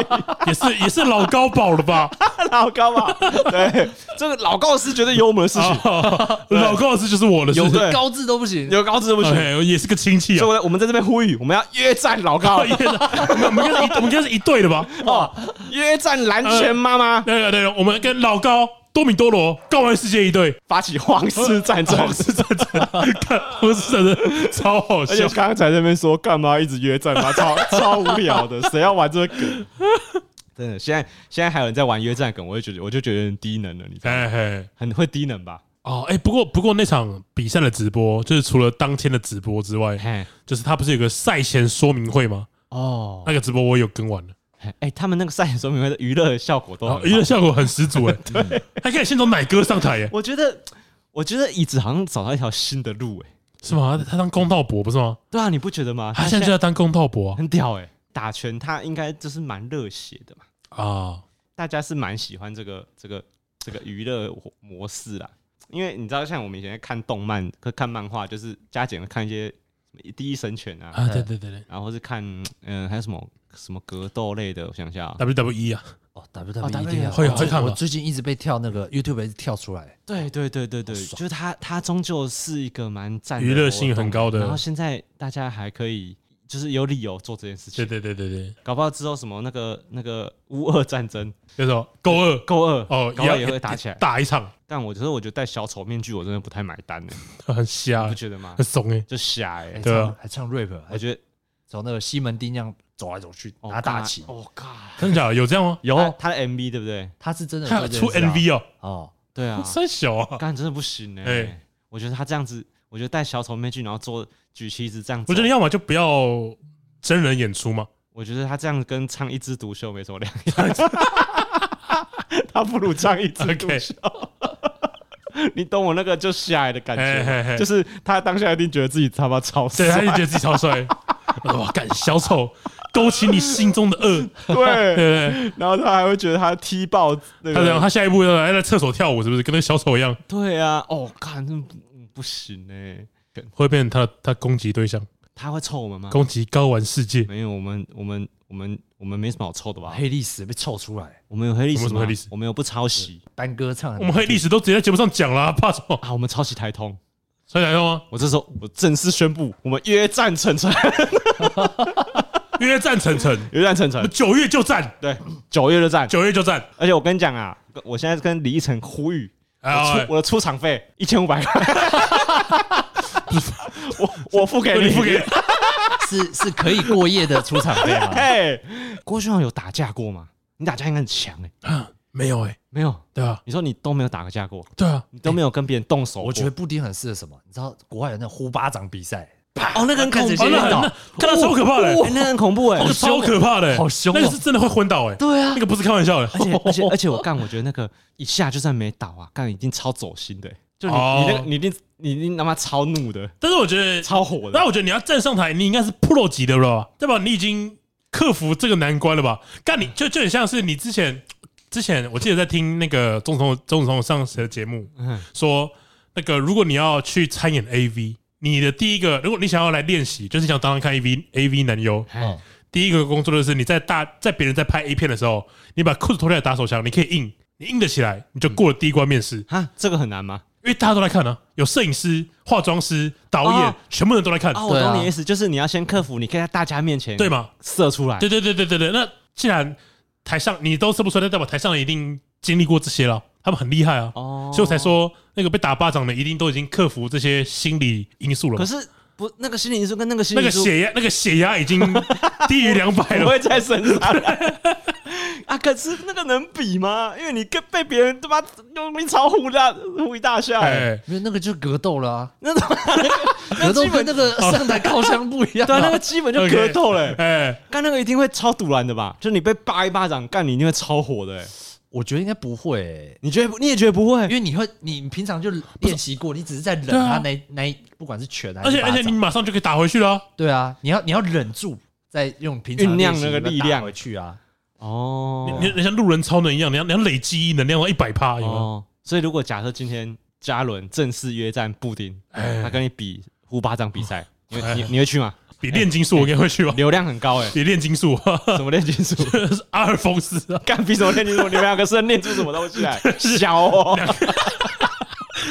Speaker 1: [laughs] 也是也是老高保了
Speaker 2: [laughs]
Speaker 1: 吧？
Speaker 2: 老
Speaker 1: [laughs]
Speaker 2: 高嘛，对，这个老高是绝对有我们的事情，
Speaker 1: 哦 [laughs] 老高的事就是我的事，
Speaker 2: 有对
Speaker 3: 高字都不行。
Speaker 2: 有高知不行，
Speaker 1: 哎也是个亲戚啊
Speaker 2: 所以。我在我们在这边呼吁，我们要约战老高
Speaker 1: 哦，也是 [laughs] 我们我们应该是一我们应该是一对的吧？
Speaker 2: 哦，约战蓝拳妈妈。
Speaker 1: 对对对，我们跟老高、多米多罗、高玩世界一
Speaker 2: [laughs]
Speaker 1: 对，
Speaker 2: 发起皇室战
Speaker 1: [laughs]
Speaker 2: 争，
Speaker 1: 皇室战争，看皇室战争超好
Speaker 2: 而且
Speaker 1: 笑。
Speaker 2: 刚才在那边说干嘛一直约战
Speaker 1: [laughs]
Speaker 2: 嘛，超超无聊的，谁要玩这个梗？真的，现在现在还有人在玩约战梗，我就觉得我就觉得有点低能了，你知道吗
Speaker 1: 哎嘿，
Speaker 2: 很会低能吧？
Speaker 1: 哦哎，不过不过那场比赛的直播，就是除了当天的直播之外，
Speaker 2: 嘿，
Speaker 1: 就是他不是有个赛前说明会吗？
Speaker 2: 哦，
Speaker 1: 那个直播我有跟完了。
Speaker 2: 哎，他们那个赛前说明会的娱乐效果都很
Speaker 1: 哦
Speaker 2: 好，
Speaker 1: 娱乐效果很十
Speaker 2: [laughs]
Speaker 1: 足哎，对，还可以先从奶哥上台耶，哎
Speaker 2: 我觉得我觉得椅子好像找到一条新的路，哎，
Speaker 1: 是吗？他当公道伯不是吗？
Speaker 2: 对啊，你不觉得吗？
Speaker 1: 他现在就在当公道伯啊
Speaker 2: 很屌哎，打拳他应该就是蛮热血的嘛，
Speaker 1: 啊，
Speaker 2: 大家是蛮喜欢这个这个这个娱乐模式啦。因为你知道，像我们以前在看动漫、看看漫画，就是加减会看一些什么第一神犬啊，
Speaker 1: 啊，对对对对
Speaker 2: 然后是看嗯、还有什么什么格斗类的，我想一下、啊，
Speaker 1: ，WWE 啊，
Speaker 3: 哦
Speaker 2: 哦
Speaker 3: ，WWE 一定
Speaker 2: WWE
Speaker 3: 要
Speaker 1: 会有
Speaker 3: 我最
Speaker 1: 会看吗
Speaker 3: 我最近一直被跳那个 YouTube 一直跳出来，
Speaker 2: 对对对对对，
Speaker 3: 好爽
Speaker 2: 就是它它终究是一个蛮赞的
Speaker 1: 娱乐性很高的
Speaker 2: 活动然后现在大家还可以就是有理由做这件事
Speaker 1: 对
Speaker 2: 情，
Speaker 1: 对对对对，
Speaker 2: 搞不好之后什么那个那个乌俄战争，
Speaker 1: 那种够二
Speaker 2: 够二
Speaker 1: 哦
Speaker 2: 搞不好
Speaker 1: 也
Speaker 2: 也
Speaker 1: 要
Speaker 2: 会打起来。
Speaker 1: 打一场，
Speaker 2: 但我觉得我觉得戴小丑面具我真的不太买单呢，
Speaker 1: 很
Speaker 2: 你
Speaker 1: 瞎
Speaker 2: 不，觉得吗
Speaker 1: 很？怂哎，
Speaker 2: 就瞎哎
Speaker 3: 还，
Speaker 1: 啊对啊
Speaker 3: 唱还唱 rap，
Speaker 2: 我
Speaker 3: 还
Speaker 2: 觉得
Speaker 3: 从那个西门町那样走来走去
Speaker 2: 哦
Speaker 3: 拿大旗，
Speaker 2: 我靠，
Speaker 1: 真的假的？有这样
Speaker 3: [laughs]
Speaker 1: 吗？
Speaker 2: 有
Speaker 3: 他
Speaker 2: 他的 MV 对不对？
Speaker 3: 他是真的
Speaker 1: 还有
Speaker 3: 做这
Speaker 1: 出
Speaker 3: 件事啊
Speaker 1: MV 哦，
Speaker 3: 哦，
Speaker 2: 对啊，
Speaker 1: 三小啊，
Speaker 2: 干真的不行哎
Speaker 1: 哎，
Speaker 2: 我觉得他这样子，我觉得戴小丑面具然后做举旗子这样子，
Speaker 1: 我觉得要么就不要真人演出嘛，
Speaker 2: 我觉得他这样跟唱一枝独秀没什么
Speaker 1: [laughs]
Speaker 2: 两样，他不如唱一枝独秀。 [laughs] 你懂我那个就下来的感觉吗
Speaker 1: 嘿嘿嘿
Speaker 2: 就是他当下一定觉得自己他妈超
Speaker 1: [laughs] 对，他
Speaker 2: 帅
Speaker 1: 就，觉得自己超帅， [laughs] 哇，干小丑勾起你心中的 [laughs] 恶，对
Speaker 2: 对，
Speaker 1: 对对，
Speaker 2: 然后他还会觉得他踢爆那
Speaker 1: 他然后
Speaker 2: 个，
Speaker 1: 他下一步要来在厕所跳舞，是不是跟那个小丑一样，
Speaker 2: 对啊，哦，看真不不行哎、
Speaker 1: 会变成他他攻击对象，
Speaker 2: 他会臭我
Speaker 3: 啊
Speaker 2: 们吗？
Speaker 1: 攻击高玩世
Speaker 3: 嗯
Speaker 1: 界，
Speaker 2: 没有，我们我们我们我们没什么好臭的吧？
Speaker 3: 黑历史被臭出来，
Speaker 2: 我们有黑历史
Speaker 1: 我们有
Speaker 2: 吗
Speaker 1: 黑历史？
Speaker 2: 我们有不抄袭
Speaker 3: 班哥唱的
Speaker 1: 我们黑历史都直接在节目上讲了，怕什么？
Speaker 2: 啊？我们抄袭台通。
Speaker 1: 所以来用 [laughs] 吗？
Speaker 2: 我这时候我正式宣布，我们约战成城， [laughs]
Speaker 1: 约战成城，
Speaker 2: 约战成城
Speaker 1: 我们。九月就战，
Speaker 2: 对，九月就战。
Speaker 1: 九月就战，
Speaker 2: 而且我跟你讲啊，我现在跟李依晨呼吁，我
Speaker 1: 哎
Speaker 2: 出我的出场费一千五百块， [laughs] 我我付给你，
Speaker 1: 你付给 [laughs] 你。
Speaker 3: 是是可以过夜的出场费
Speaker 2: [laughs]
Speaker 3: 吗？
Speaker 2: 哎，郭俊豪有打架过吗？你打架应该很强哎，
Speaker 1: 没有哎、
Speaker 2: 没有？
Speaker 1: 对啊，
Speaker 2: 你说你都没有打过架过，
Speaker 1: 对啊，
Speaker 2: 你都没有跟别人动手过，
Speaker 3: 我觉得布丁很适合什么？你知道国外有那呼巴掌比赛，
Speaker 2: 哦，那个很恐怖，
Speaker 3: 看谁先倒
Speaker 2: 哦
Speaker 1: 看他超可怕的、
Speaker 2: 那个哎那个很恐怖哎
Speaker 1: 那，个超可怕的、
Speaker 3: 哦好凶哦
Speaker 1: 那个是真的会昏倒哎、
Speaker 3: 对啊
Speaker 1: 那，个不是开玩笑的、
Speaker 2: 而且而且而且我干，我觉得那个一下就算没倒啊，干已经超走心的欸，就你
Speaker 1: 哦
Speaker 2: 你那个你一定你一定他妈超怒的，
Speaker 1: 但是我觉得，
Speaker 2: 超火的
Speaker 1: 那。我觉得你要站上台，你应该是 pro 级的了吧？对吧？你已经克服这个难关了吧？干你就就很像是你之前之前，我记得在听那个总统总统上谁的节目，
Speaker 2: 嗯
Speaker 1: 说那个如果你要去参演 AV，你的第一个，如果你想要来练习，就是想当当看 AV AV 男优，
Speaker 2: 哎
Speaker 1: 第一个工作就是你在大在别人在拍 A 片的时候，你把裤子脱下来打手枪，你可以硬，你硬得起来，你就过了第一关面试，因
Speaker 2: 哈，这个很难吗？
Speaker 1: 为大家都来看啊，有摄影师、化妆师、导演
Speaker 2: 哦，
Speaker 1: 全部人都来看，
Speaker 2: 啊，我
Speaker 3: 对啊
Speaker 2: 懂你意思，就是你要先克服，你可以在大家面前
Speaker 1: 对吗？
Speaker 2: 射出来。
Speaker 1: 对对对对对对。那既然台上你都射不出来，那代表台上的一定经历过这些了，他们很厉害啊，
Speaker 2: 哦
Speaker 1: 所以我才。说那个被打巴掌的一定都已经克服这些心理因素了
Speaker 2: 可
Speaker 1: 嘛。
Speaker 2: 是不，那个心理因素跟那个心
Speaker 1: 那
Speaker 2: 理因
Speaker 1: 个
Speaker 2: 素
Speaker 1: 血压，那个血压已经 [laughs] 低于两百
Speaker 2: [laughs] 不
Speaker 1: 了。
Speaker 2: 会在身上啊。可是那个能比吗？因为你跟被别人他妈用力超呼大呼一大下，欸
Speaker 1: 哎，
Speaker 3: 因为那个就是格斗了啊，
Speaker 2: 那种
Speaker 3: 格斗
Speaker 2: 基本
Speaker 3: 跟那个上台靠枪不一样
Speaker 2: 对啊，那
Speaker 3: 啊
Speaker 2: 个。基本就格斗嘞。
Speaker 1: 哎，
Speaker 2: 干那个一定会超堵然的吧？就你被扒一巴掌，干你一定会超火的欸。
Speaker 3: 我觉得应该不会欸，
Speaker 2: 你觉得你也觉得不会
Speaker 3: 因？为你会你平常就练习过，你只是在忍
Speaker 1: 对啊
Speaker 3: 他那那不管是拳还
Speaker 1: 而
Speaker 3: 是
Speaker 1: 且
Speaker 3: 巴
Speaker 1: 而且你
Speaker 3: 掌，
Speaker 1: 马上就可以打回去了啊。
Speaker 3: 对啊，你要你要忍住，再用平常
Speaker 2: 酝酿
Speaker 3: 练习
Speaker 2: 那个
Speaker 3: 把它
Speaker 2: 力
Speaker 3: 打
Speaker 2: 量
Speaker 3: 回去啊。
Speaker 2: 哦
Speaker 1: 你你你像路人超能一样，你要你要累积能量到一百趴，有没有？
Speaker 2: 哦，所以如果假设今天嘉伦正式约战布丁，
Speaker 1: 哎
Speaker 2: 他跟你比呼巴掌比赛，你会
Speaker 1: 哎
Speaker 2: 你你会去吗？
Speaker 1: 比炼金术我跟你会去吧？
Speaker 2: 流量
Speaker 1: [laughs]
Speaker 2: 很高哎、
Speaker 1: 比炼金术，
Speaker 2: 什么炼金
Speaker 1: [laughs]
Speaker 2: 术？
Speaker 1: 是阿尔丰斯啊，
Speaker 2: 干比什么炼金术？你们两个是练出什么东西来？
Speaker 1: [laughs]
Speaker 2: 小哦。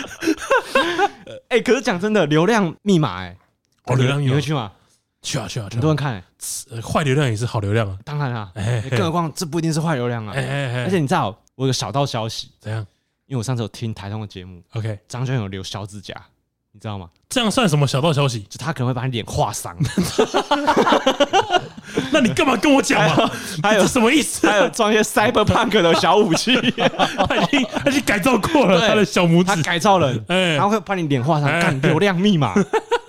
Speaker 2: [laughs] 哎、可是讲真的，流量密码哎、
Speaker 1: 哦流量密
Speaker 2: 你
Speaker 1: 码
Speaker 2: 会去吗？
Speaker 1: 去啊去啊去
Speaker 2: 很多
Speaker 1: 啊
Speaker 2: 人！看、欸，
Speaker 1: 呃坏流量也是好流量啊！
Speaker 2: 当然啦、
Speaker 1: 哎
Speaker 2: 更何况这不一定是坏流量啊。
Speaker 1: 哎哎
Speaker 2: 而
Speaker 1: 哎，
Speaker 2: 且你知道，我有个小道消息，
Speaker 1: 怎样
Speaker 2: 因为我上次有听台通的节目，
Speaker 1: ？OK，
Speaker 2: 张学友有留肖指甲，你知道吗？
Speaker 1: 这样算什么小道消息？
Speaker 2: 就他可能会把你脸划伤。
Speaker 1: 那你干嘛跟我讲啊？ [laughs]
Speaker 2: 还有还有
Speaker 1: 这什么意思
Speaker 2: [laughs] 他？有装一些 cyberpunk 的小武器，
Speaker 1: 他已经他已经改造过了
Speaker 2: 对
Speaker 1: 他的小拇
Speaker 2: 他
Speaker 1: 指，
Speaker 2: 改造 [laughs] 人，
Speaker 1: 哎
Speaker 2: 然后会把你脸画上，
Speaker 1: 哎
Speaker 2: 干流量密码，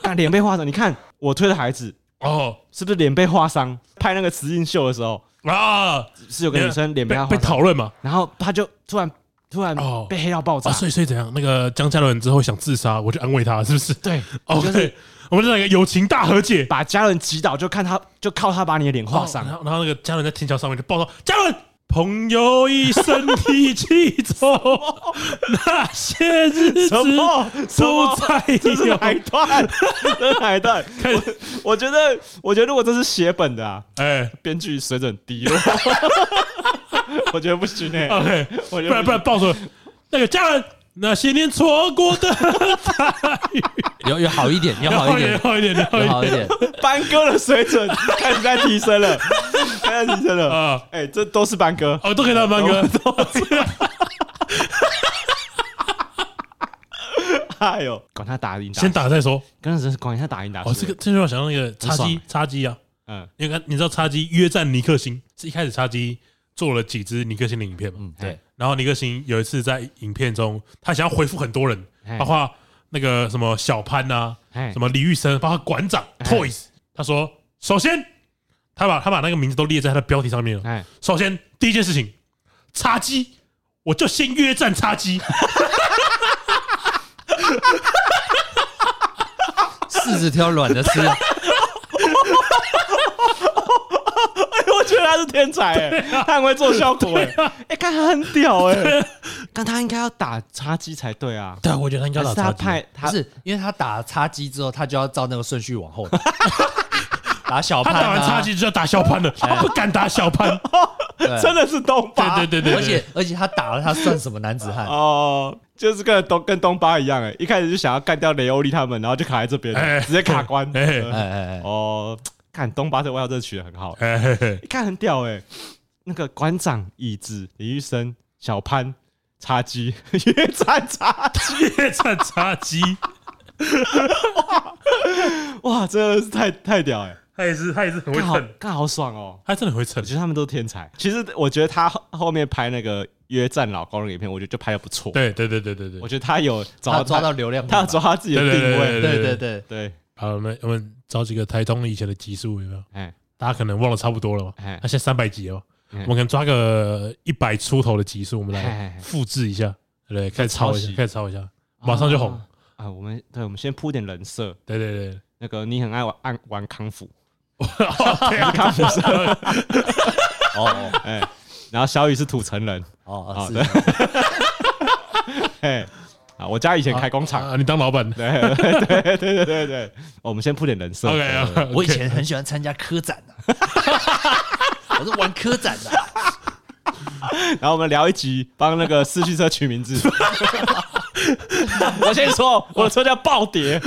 Speaker 2: 干脸被画上。你看我推的孩子
Speaker 1: 哦
Speaker 2: 是不是脸被画伤？拍那个雌竞秀的时候，
Speaker 1: 啊，
Speaker 2: 是有个女生脸哎被
Speaker 1: 被
Speaker 2: 他
Speaker 1: 被
Speaker 2: 画伤，
Speaker 1: 讨论嘛？
Speaker 2: 然后他就突然突然
Speaker 1: 哦
Speaker 2: 被黑到爆炸
Speaker 1: 啊，。所以所以怎样？那个江嘉伦之后想自杀，我就安慰他，是不是？ [laughs]
Speaker 2: 对，
Speaker 1: 哦，
Speaker 2: 就是
Speaker 1: 对，我们这一个友情大和解。哦
Speaker 2: 把家人击倒，就看他就靠他把你的脸画伤
Speaker 1: 然。后然后那个嘉伦在天桥上面就报道：“嘉伦，朋友一身体气
Speaker 2: [laughs]
Speaker 1: 走， [laughs] 那些日子
Speaker 2: 什么？什
Speaker 1: 不
Speaker 2: 么？
Speaker 1: 再
Speaker 2: 这是
Speaker 1: 有。
Speaker 2: 哪一 [laughs] 段？这是哪一段？
Speaker 1: 看，
Speaker 2: 我觉得，我觉得如果这是写本的啊，
Speaker 1: 哎
Speaker 2: 编剧水准低了， [laughs] 我觉得不行哎、
Speaker 1: ，OK，
Speaker 2: 我
Speaker 1: 不
Speaker 2: 觉得
Speaker 1: 然不然爆出来，那个家人，那些年错过的，
Speaker 3: 有有好一点，有好一
Speaker 1: [laughs]
Speaker 3: 点，
Speaker 1: 好一点，好一点，
Speaker 3: 有
Speaker 1: 好
Speaker 3: 好
Speaker 1: 一
Speaker 3: 一
Speaker 1: 点
Speaker 3: 点。
Speaker 2: 班哥的水准 [laughs] 开始在提升了，开始提升了。
Speaker 1: 啊！
Speaker 2: 哎、这都是班哥，
Speaker 1: 哦，都可以当班哥，
Speaker 2: 哎呦，管他打赢打输
Speaker 1: 先，打再说。
Speaker 2: 跟真是管他打赢打输。
Speaker 1: 哦，这个这就让我想到那个叉
Speaker 2: 很爽
Speaker 1: 鸡
Speaker 2: 欸，
Speaker 1: 叉鸡啊，
Speaker 2: 嗯 [laughs]
Speaker 1: 你看，你知道叉鸡约战尼克星是一开始叉鸡做了几支尼克星的影片嘛？
Speaker 2: 嗯，
Speaker 3: 对，
Speaker 1: 然后尼克星有一次在影片中，他想要回复很多人，
Speaker 2: 嘿
Speaker 1: 包括那个什么小潘啊，
Speaker 2: 哎
Speaker 1: 什么李玉生，包括馆长
Speaker 2: 哎
Speaker 1: Toys，他说，首先他把他把那个名字都列在他的标题上面了。
Speaker 2: 哎，
Speaker 1: 首先第一件事情，叉鸡，我就先约战叉鸡，
Speaker 3: 柿子挑软的吃啊，
Speaker 2: 我觉得他是天才、哎，
Speaker 1: 啊
Speaker 2: 他很会做效果、哎、哎，看他很屌、哎，但他应该要打叉鸡才对啊，
Speaker 1: 对，我觉得他应该打
Speaker 2: 可是他
Speaker 1: 叉鸡。
Speaker 2: 派
Speaker 3: 不
Speaker 2: 他
Speaker 3: 是因为他打叉鸡之后，他就要照那个顺序往
Speaker 1: [laughs]
Speaker 3: 后打，打小
Speaker 1: 他
Speaker 3: 潘啊，
Speaker 1: 打完叉鸡就要打小潘了，他不敢打小潘。
Speaker 3: 对
Speaker 2: 真的是东
Speaker 1: [laughs]
Speaker 2: 巴，
Speaker 1: 对对对对，对啊
Speaker 3: 而且而且他打了，他算什么男子
Speaker 2: [laughs]
Speaker 3: 汉？
Speaker 2: 哦，就是跟东跟东巴一样哎、一开始就想要干掉雷欧利他们，然后就卡在这边了，
Speaker 1: 哎
Speaker 2: 直接卡关。
Speaker 1: 哎
Speaker 3: 哎哎哎，
Speaker 2: 哦，看东巴这个外号真的取得很好，
Speaker 1: 哎嘿嘿，
Speaker 2: 看很屌哎、那个馆长、椅子、李玉生、小潘、
Speaker 1: [laughs]
Speaker 2: 叉 [laughs] 鸡、约战叉鸡，
Speaker 1: 约战叉鸡，
Speaker 2: 哇，真的是太太屌哎、
Speaker 1: 他也是他也是很会
Speaker 2: 看好
Speaker 1: 蹭，
Speaker 2: 看好爽哦！
Speaker 1: 他真的很会蹭
Speaker 2: 我。觉得他们都是天才。其实我觉得他后后面拍那个约战老高的影片，我觉得就拍的不错。
Speaker 1: 对对对对对对
Speaker 2: 我，觉得他有找
Speaker 3: 他
Speaker 2: 到
Speaker 3: 抓到，流量密
Speaker 2: 他
Speaker 3: 码，
Speaker 2: 有抓他自己的定位。
Speaker 1: 对
Speaker 3: 对
Speaker 1: 对
Speaker 3: 对对，
Speaker 2: 对，
Speaker 1: 好，我们我们找几个台中以前的集数有没有？
Speaker 2: 哎
Speaker 1: 大家可能忘了差不多了嘛，
Speaker 2: 哎
Speaker 1: 那现在三百集了嘛，
Speaker 2: 嗯
Speaker 1: 我们可能抓个一百出头的集数，我们
Speaker 2: 哎哎
Speaker 1: 来
Speaker 2: 哎
Speaker 1: 复制一下，对不对？开始
Speaker 2: 抄
Speaker 1: 抄一
Speaker 2: 袭
Speaker 1: 下，开始抄一下，马上就红。
Speaker 2: 啊啊！我们对，我们先铺点人设。
Speaker 1: 对对对，
Speaker 2: 那个你很爱玩按玩康
Speaker 1: [laughs]
Speaker 2: 复，
Speaker 1: 看不
Speaker 2: [laughs]
Speaker 1: 上，
Speaker 3: 哦哦
Speaker 2: 哎，然后小雨是土城人，
Speaker 3: 哦
Speaker 2: 好
Speaker 3: 哦，是
Speaker 2: 的， [laughs] 哎，啊，我家以前开工厂，
Speaker 1: 啊你当老板。
Speaker 2: 对 [laughs] 对对对对对，哦我们先铺点人设。
Speaker 1: OK 啊，
Speaker 3: 我以前很喜欢参加科展的、 [laughs] 我是玩科展的、
Speaker 2: 然后我们聊一集，帮那个四驱车取名字。
Speaker 1: [laughs]
Speaker 2: 我先说，我的车叫
Speaker 1: [laughs]
Speaker 2: 暴蝶。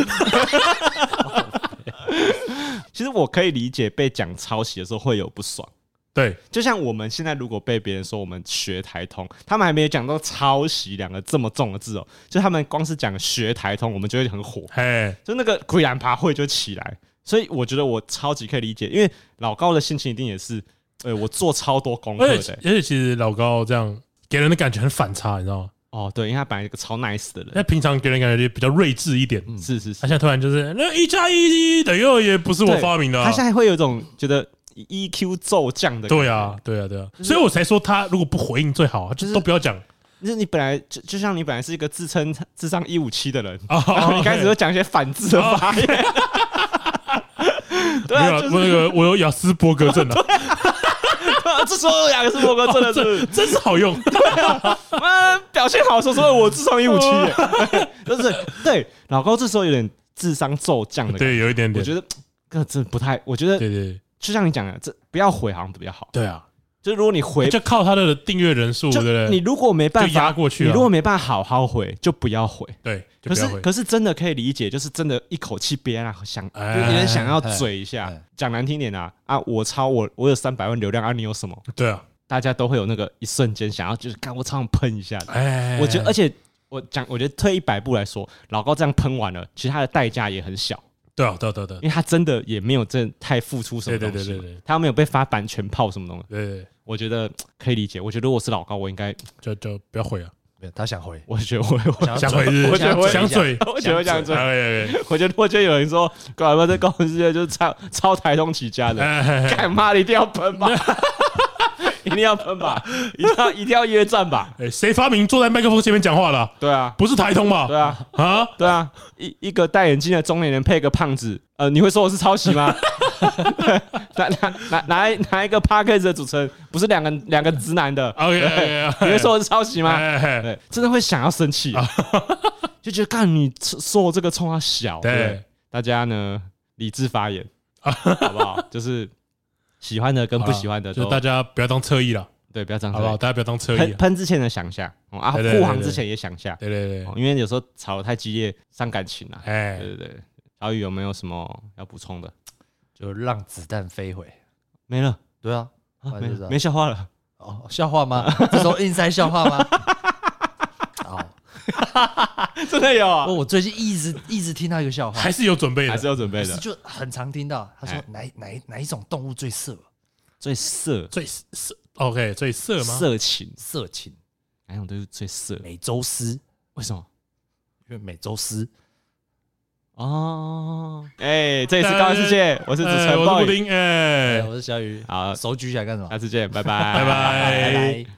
Speaker 2: 其实我可以理解被讲抄袭的时候会有不爽，
Speaker 1: 对
Speaker 2: 就像我们现在如果被别人说我们学台通，他们还没有讲到抄袭两个这么重的字哦，就他们光是讲学台通，我们就会很火，
Speaker 1: 嘿，
Speaker 2: 就那个鬼然爬会就起来。所以我觉得我超级可以理解，因为老高的心情一定也是，呃，我做超多功课
Speaker 1: 而
Speaker 2: 的、
Speaker 1: 且
Speaker 2: 欸
Speaker 1: 而且其实老高这样给人的感觉很反差，你知道吗？
Speaker 2: 哦，对，因为他本来是个超 nice 的人，
Speaker 1: 那平常给人感觉就比较睿智一点，
Speaker 2: 是是是
Speaker 1: 他，现在突然就是那一加一等于二也不是我
Speaker 2: 对
Speaker 1: 发明的啊，
Speaker 2: 他现在会有一种觉得 EQ 骤降的。
Speaker 1: 对啊，，对啊，对啊，所以我才说他如果不回应最好啊，就
Speaker 2: 就是
Speaker 1: 都不要
Speaker 2: [laughs]
Speaker 1: 讲
Speaker 2: 就是你本来就就像你本来是一个自称智商一五七的人，
Speaker 1: 啊。
Speaker 2: 然后哦你开始会讲一些反智的发
Speaker 1: [laughs]
Speaker 2: 言。对
Speaker 1: 没有
Speaker 2: 啊，
Speaker 1: 啊
Speaker 2: 就，
Speaker 1: 我那
Speaker 2: 是
Speaker 1: 个我有雅斯伯格症啊，
Speaker 2: [laughs] 啊这时候两个是我哥真的
Speaker 1: 这
Speaker 2: 是，啊
Speaker 1: 真是好用。
Speaker 2: [laughs] 妈表现好的时候说我智商一五七，
Speaker 1: [laughs]
Speaker 2: 就是对老高这时候有点智商骤降的感觉，
Speaker 1: [laughs] 对，有一点
Speaker 2: 我
Speaker 1: 点，
Speaker 2: 觉得这真的不太，我觉得
Speaker 1: 对对
Speaker 2: 就像你讲的，这不要回好像比较好，
Speaker 1: 对啊，
Speaker 2: 就是如果你回
Speaker 1: 就靠他的订阅人数，对
Speaker 2: 就
Speaker 1: 不对？
Speaker 2: 你如果没办
Speaker 1: 就
Speaker 2: 法
Speaker 1: 压过去啊
Speaker 2: 你如果没办法好好回，就不要回。
Speaker 1: 对，就
Speaker 2: 可
Speaker 1: 不
Speaker 2: 是
Speaker 1: 要回
Speaker 2: 可是真的可以理解，就是真的一口气憋啊，想就
Speaker 1: 哎
Speaker 2: 有点想要嘴一下
Speaker 3: 哎哎，
Speaker 2: 讲难听点啊啊，我超我我有三百万流量啊，你有什么？
Speaker 1: 对啊，
Speaker 2: 大家都会有那个一瞬间想要就是干我超想喷一下的。
Speaker 1: 哎，
Speaker 2: 我觉得而且我讲，我觉得退一百步来说，老高这样喷完了，其实他的代价也很小，
Speaker 1: 对啊，对啊对啊对啊
Speaker 2: 因为他真的也没有真的太付出什么
Speaker 1: 对
Speaker 2: 东
Speaker 1: 对
Speaker 2: 西
Speaker 1: 对对对，
Speaker 2: 他没有被发版权炮什么东西，
Speaker 1: 对对，对
Speaker 2: 我觉得可以理解。我觉得如果是老高，我应该，
Speaker 1: 就就不要回啊，
Speaker 3: 没有，他想回，
Speaker 2: 我觉得我会
Speaker 3: 想
Speaker 1: 想回是
Speaker 2: 我觉得
Speaker 1: 不
Speaker 2: 会
Speaker 1: 是想
Speaker 2: [laughs]
Speaker 1: 嘴，
Speaker 2: 我觉得会这样做。
Speaker 1: 哎
Speaker 2: 我觉得，我觉得有人说，搞什么在高雄世界就是抄抄台东起家的，
Speaker 1: 哎哎哎
Speaker 2: 干妈的一定要
Speaker 1: [laughs]
Speaker 2: 喷吧，一定要喷吧，一定要一定要约战吧，
Speaker 1: 哎，谁发明坐在麦克风前面讲话的啊？
Speaker 2: 对啊，
Speaker 1: 不是台通吧
Speaker 2: 对？啊，
Speaker 1: 啊，
Speaker 2: 对啊，一一个戴眼镜的中年人配个胖子，呃，你会说我是抄袭吗？ [laughs] 哪哪哪哪一哪一个 p a c k a g e 的主持人不是两个两个直男的？
Speaker 1: OK 哎 OK，
Speaker 2: 你会说我是抄袭
Speaker 1: 哎
Speaker 2: 吗？
Speaker 1: 吗？
Speaker 2: 对，真的会想要生气，
Speaker 1: 啊
Speaker 2: 就觉得干你说这个冲他小。
Speaker 1: 对
Speaker 2: 对，大家呢理智
Speaker 1: [laughs]
Speaker 2: 发言，好不好？就是喜欢的跟不喜欢的
Speaker 1: 就
Speaker 2: 都
Speaker 1: 大家不要当侧翼了，
Speaker 2: 对，不要这样
Speaker 1: 好不好？
Speaker 2: 说。
Speaker 1: 大家不要当侧翼
Speaker 2: 喷
Speaker 1: 啊。
Speaker 2: 喷之前的想一下哦啊，
Speaker 1: 对对对
Speaker 2: 护航
Speaker 1: 对
Speaker 2: 之前也想一下，
Speaker 1: 对对对
Speaker 2: 哦，因为有时候吵得太激烈伤感情啊。对
Speaker 1: 哎，
Speaker 2: 对对，小雨有没有什么要补充的？
Speaker 3: 就让子弹飞回。
Speaker 2: 没了，
Speaker 3: 对啊，
Speaker 2: 啊
Speaker 3: 反
Speaker 2: 没
Speaker 3: 正就是
Speaker 2: 了，没笑话了。
Speaker 3: 哦，笑话
Speaker 1: [laughs]
Speaker 3: 吗？这种硬塞笑话吗？哦，
Speaker 2: 真的有啊
Speaker 3: 我我最近一直一直听到一个笑话，
Speaker 1: 还是有准备
Speaker 2: 还是
Speaker 1: 的，
Speaker 2: 要准备
Speaker 3: 不是
Speaker 2: 的。
Speaker 3: 就很常听到，他说
Speaker 2: 哎
Speaker 3: 哪一哪一哪一种动物最色？
Speaker 2: 最色
Speaker 1: 最色哦 OK 最色吗？
Speaker 2: 色情，
Speaker 3: 色情，
Speaker 2: 哪种都是最色？
Speaker 3: 美洲狮，因
Speaker 2: 为什么？
Speaker 3: 为美洲狮
Speaker 2: 哦，哎，这里是高玩世界，我是主持
Speaker 1: 哎
Speaker 2: 人
Speaker 1: 我
Speaker 2: 鲍
Speaker 1: 是布
Speaker 2: 宇。
Speaker 1: 丁，哎
Speaker 3: 哎，我是小雨，
Speaker 2: 好
Speaker 3: 手举起来干什么？
Speaker 2: 下次见，拜拜，
Speaker 1: 拜拜
Speaker 3: 拜拜。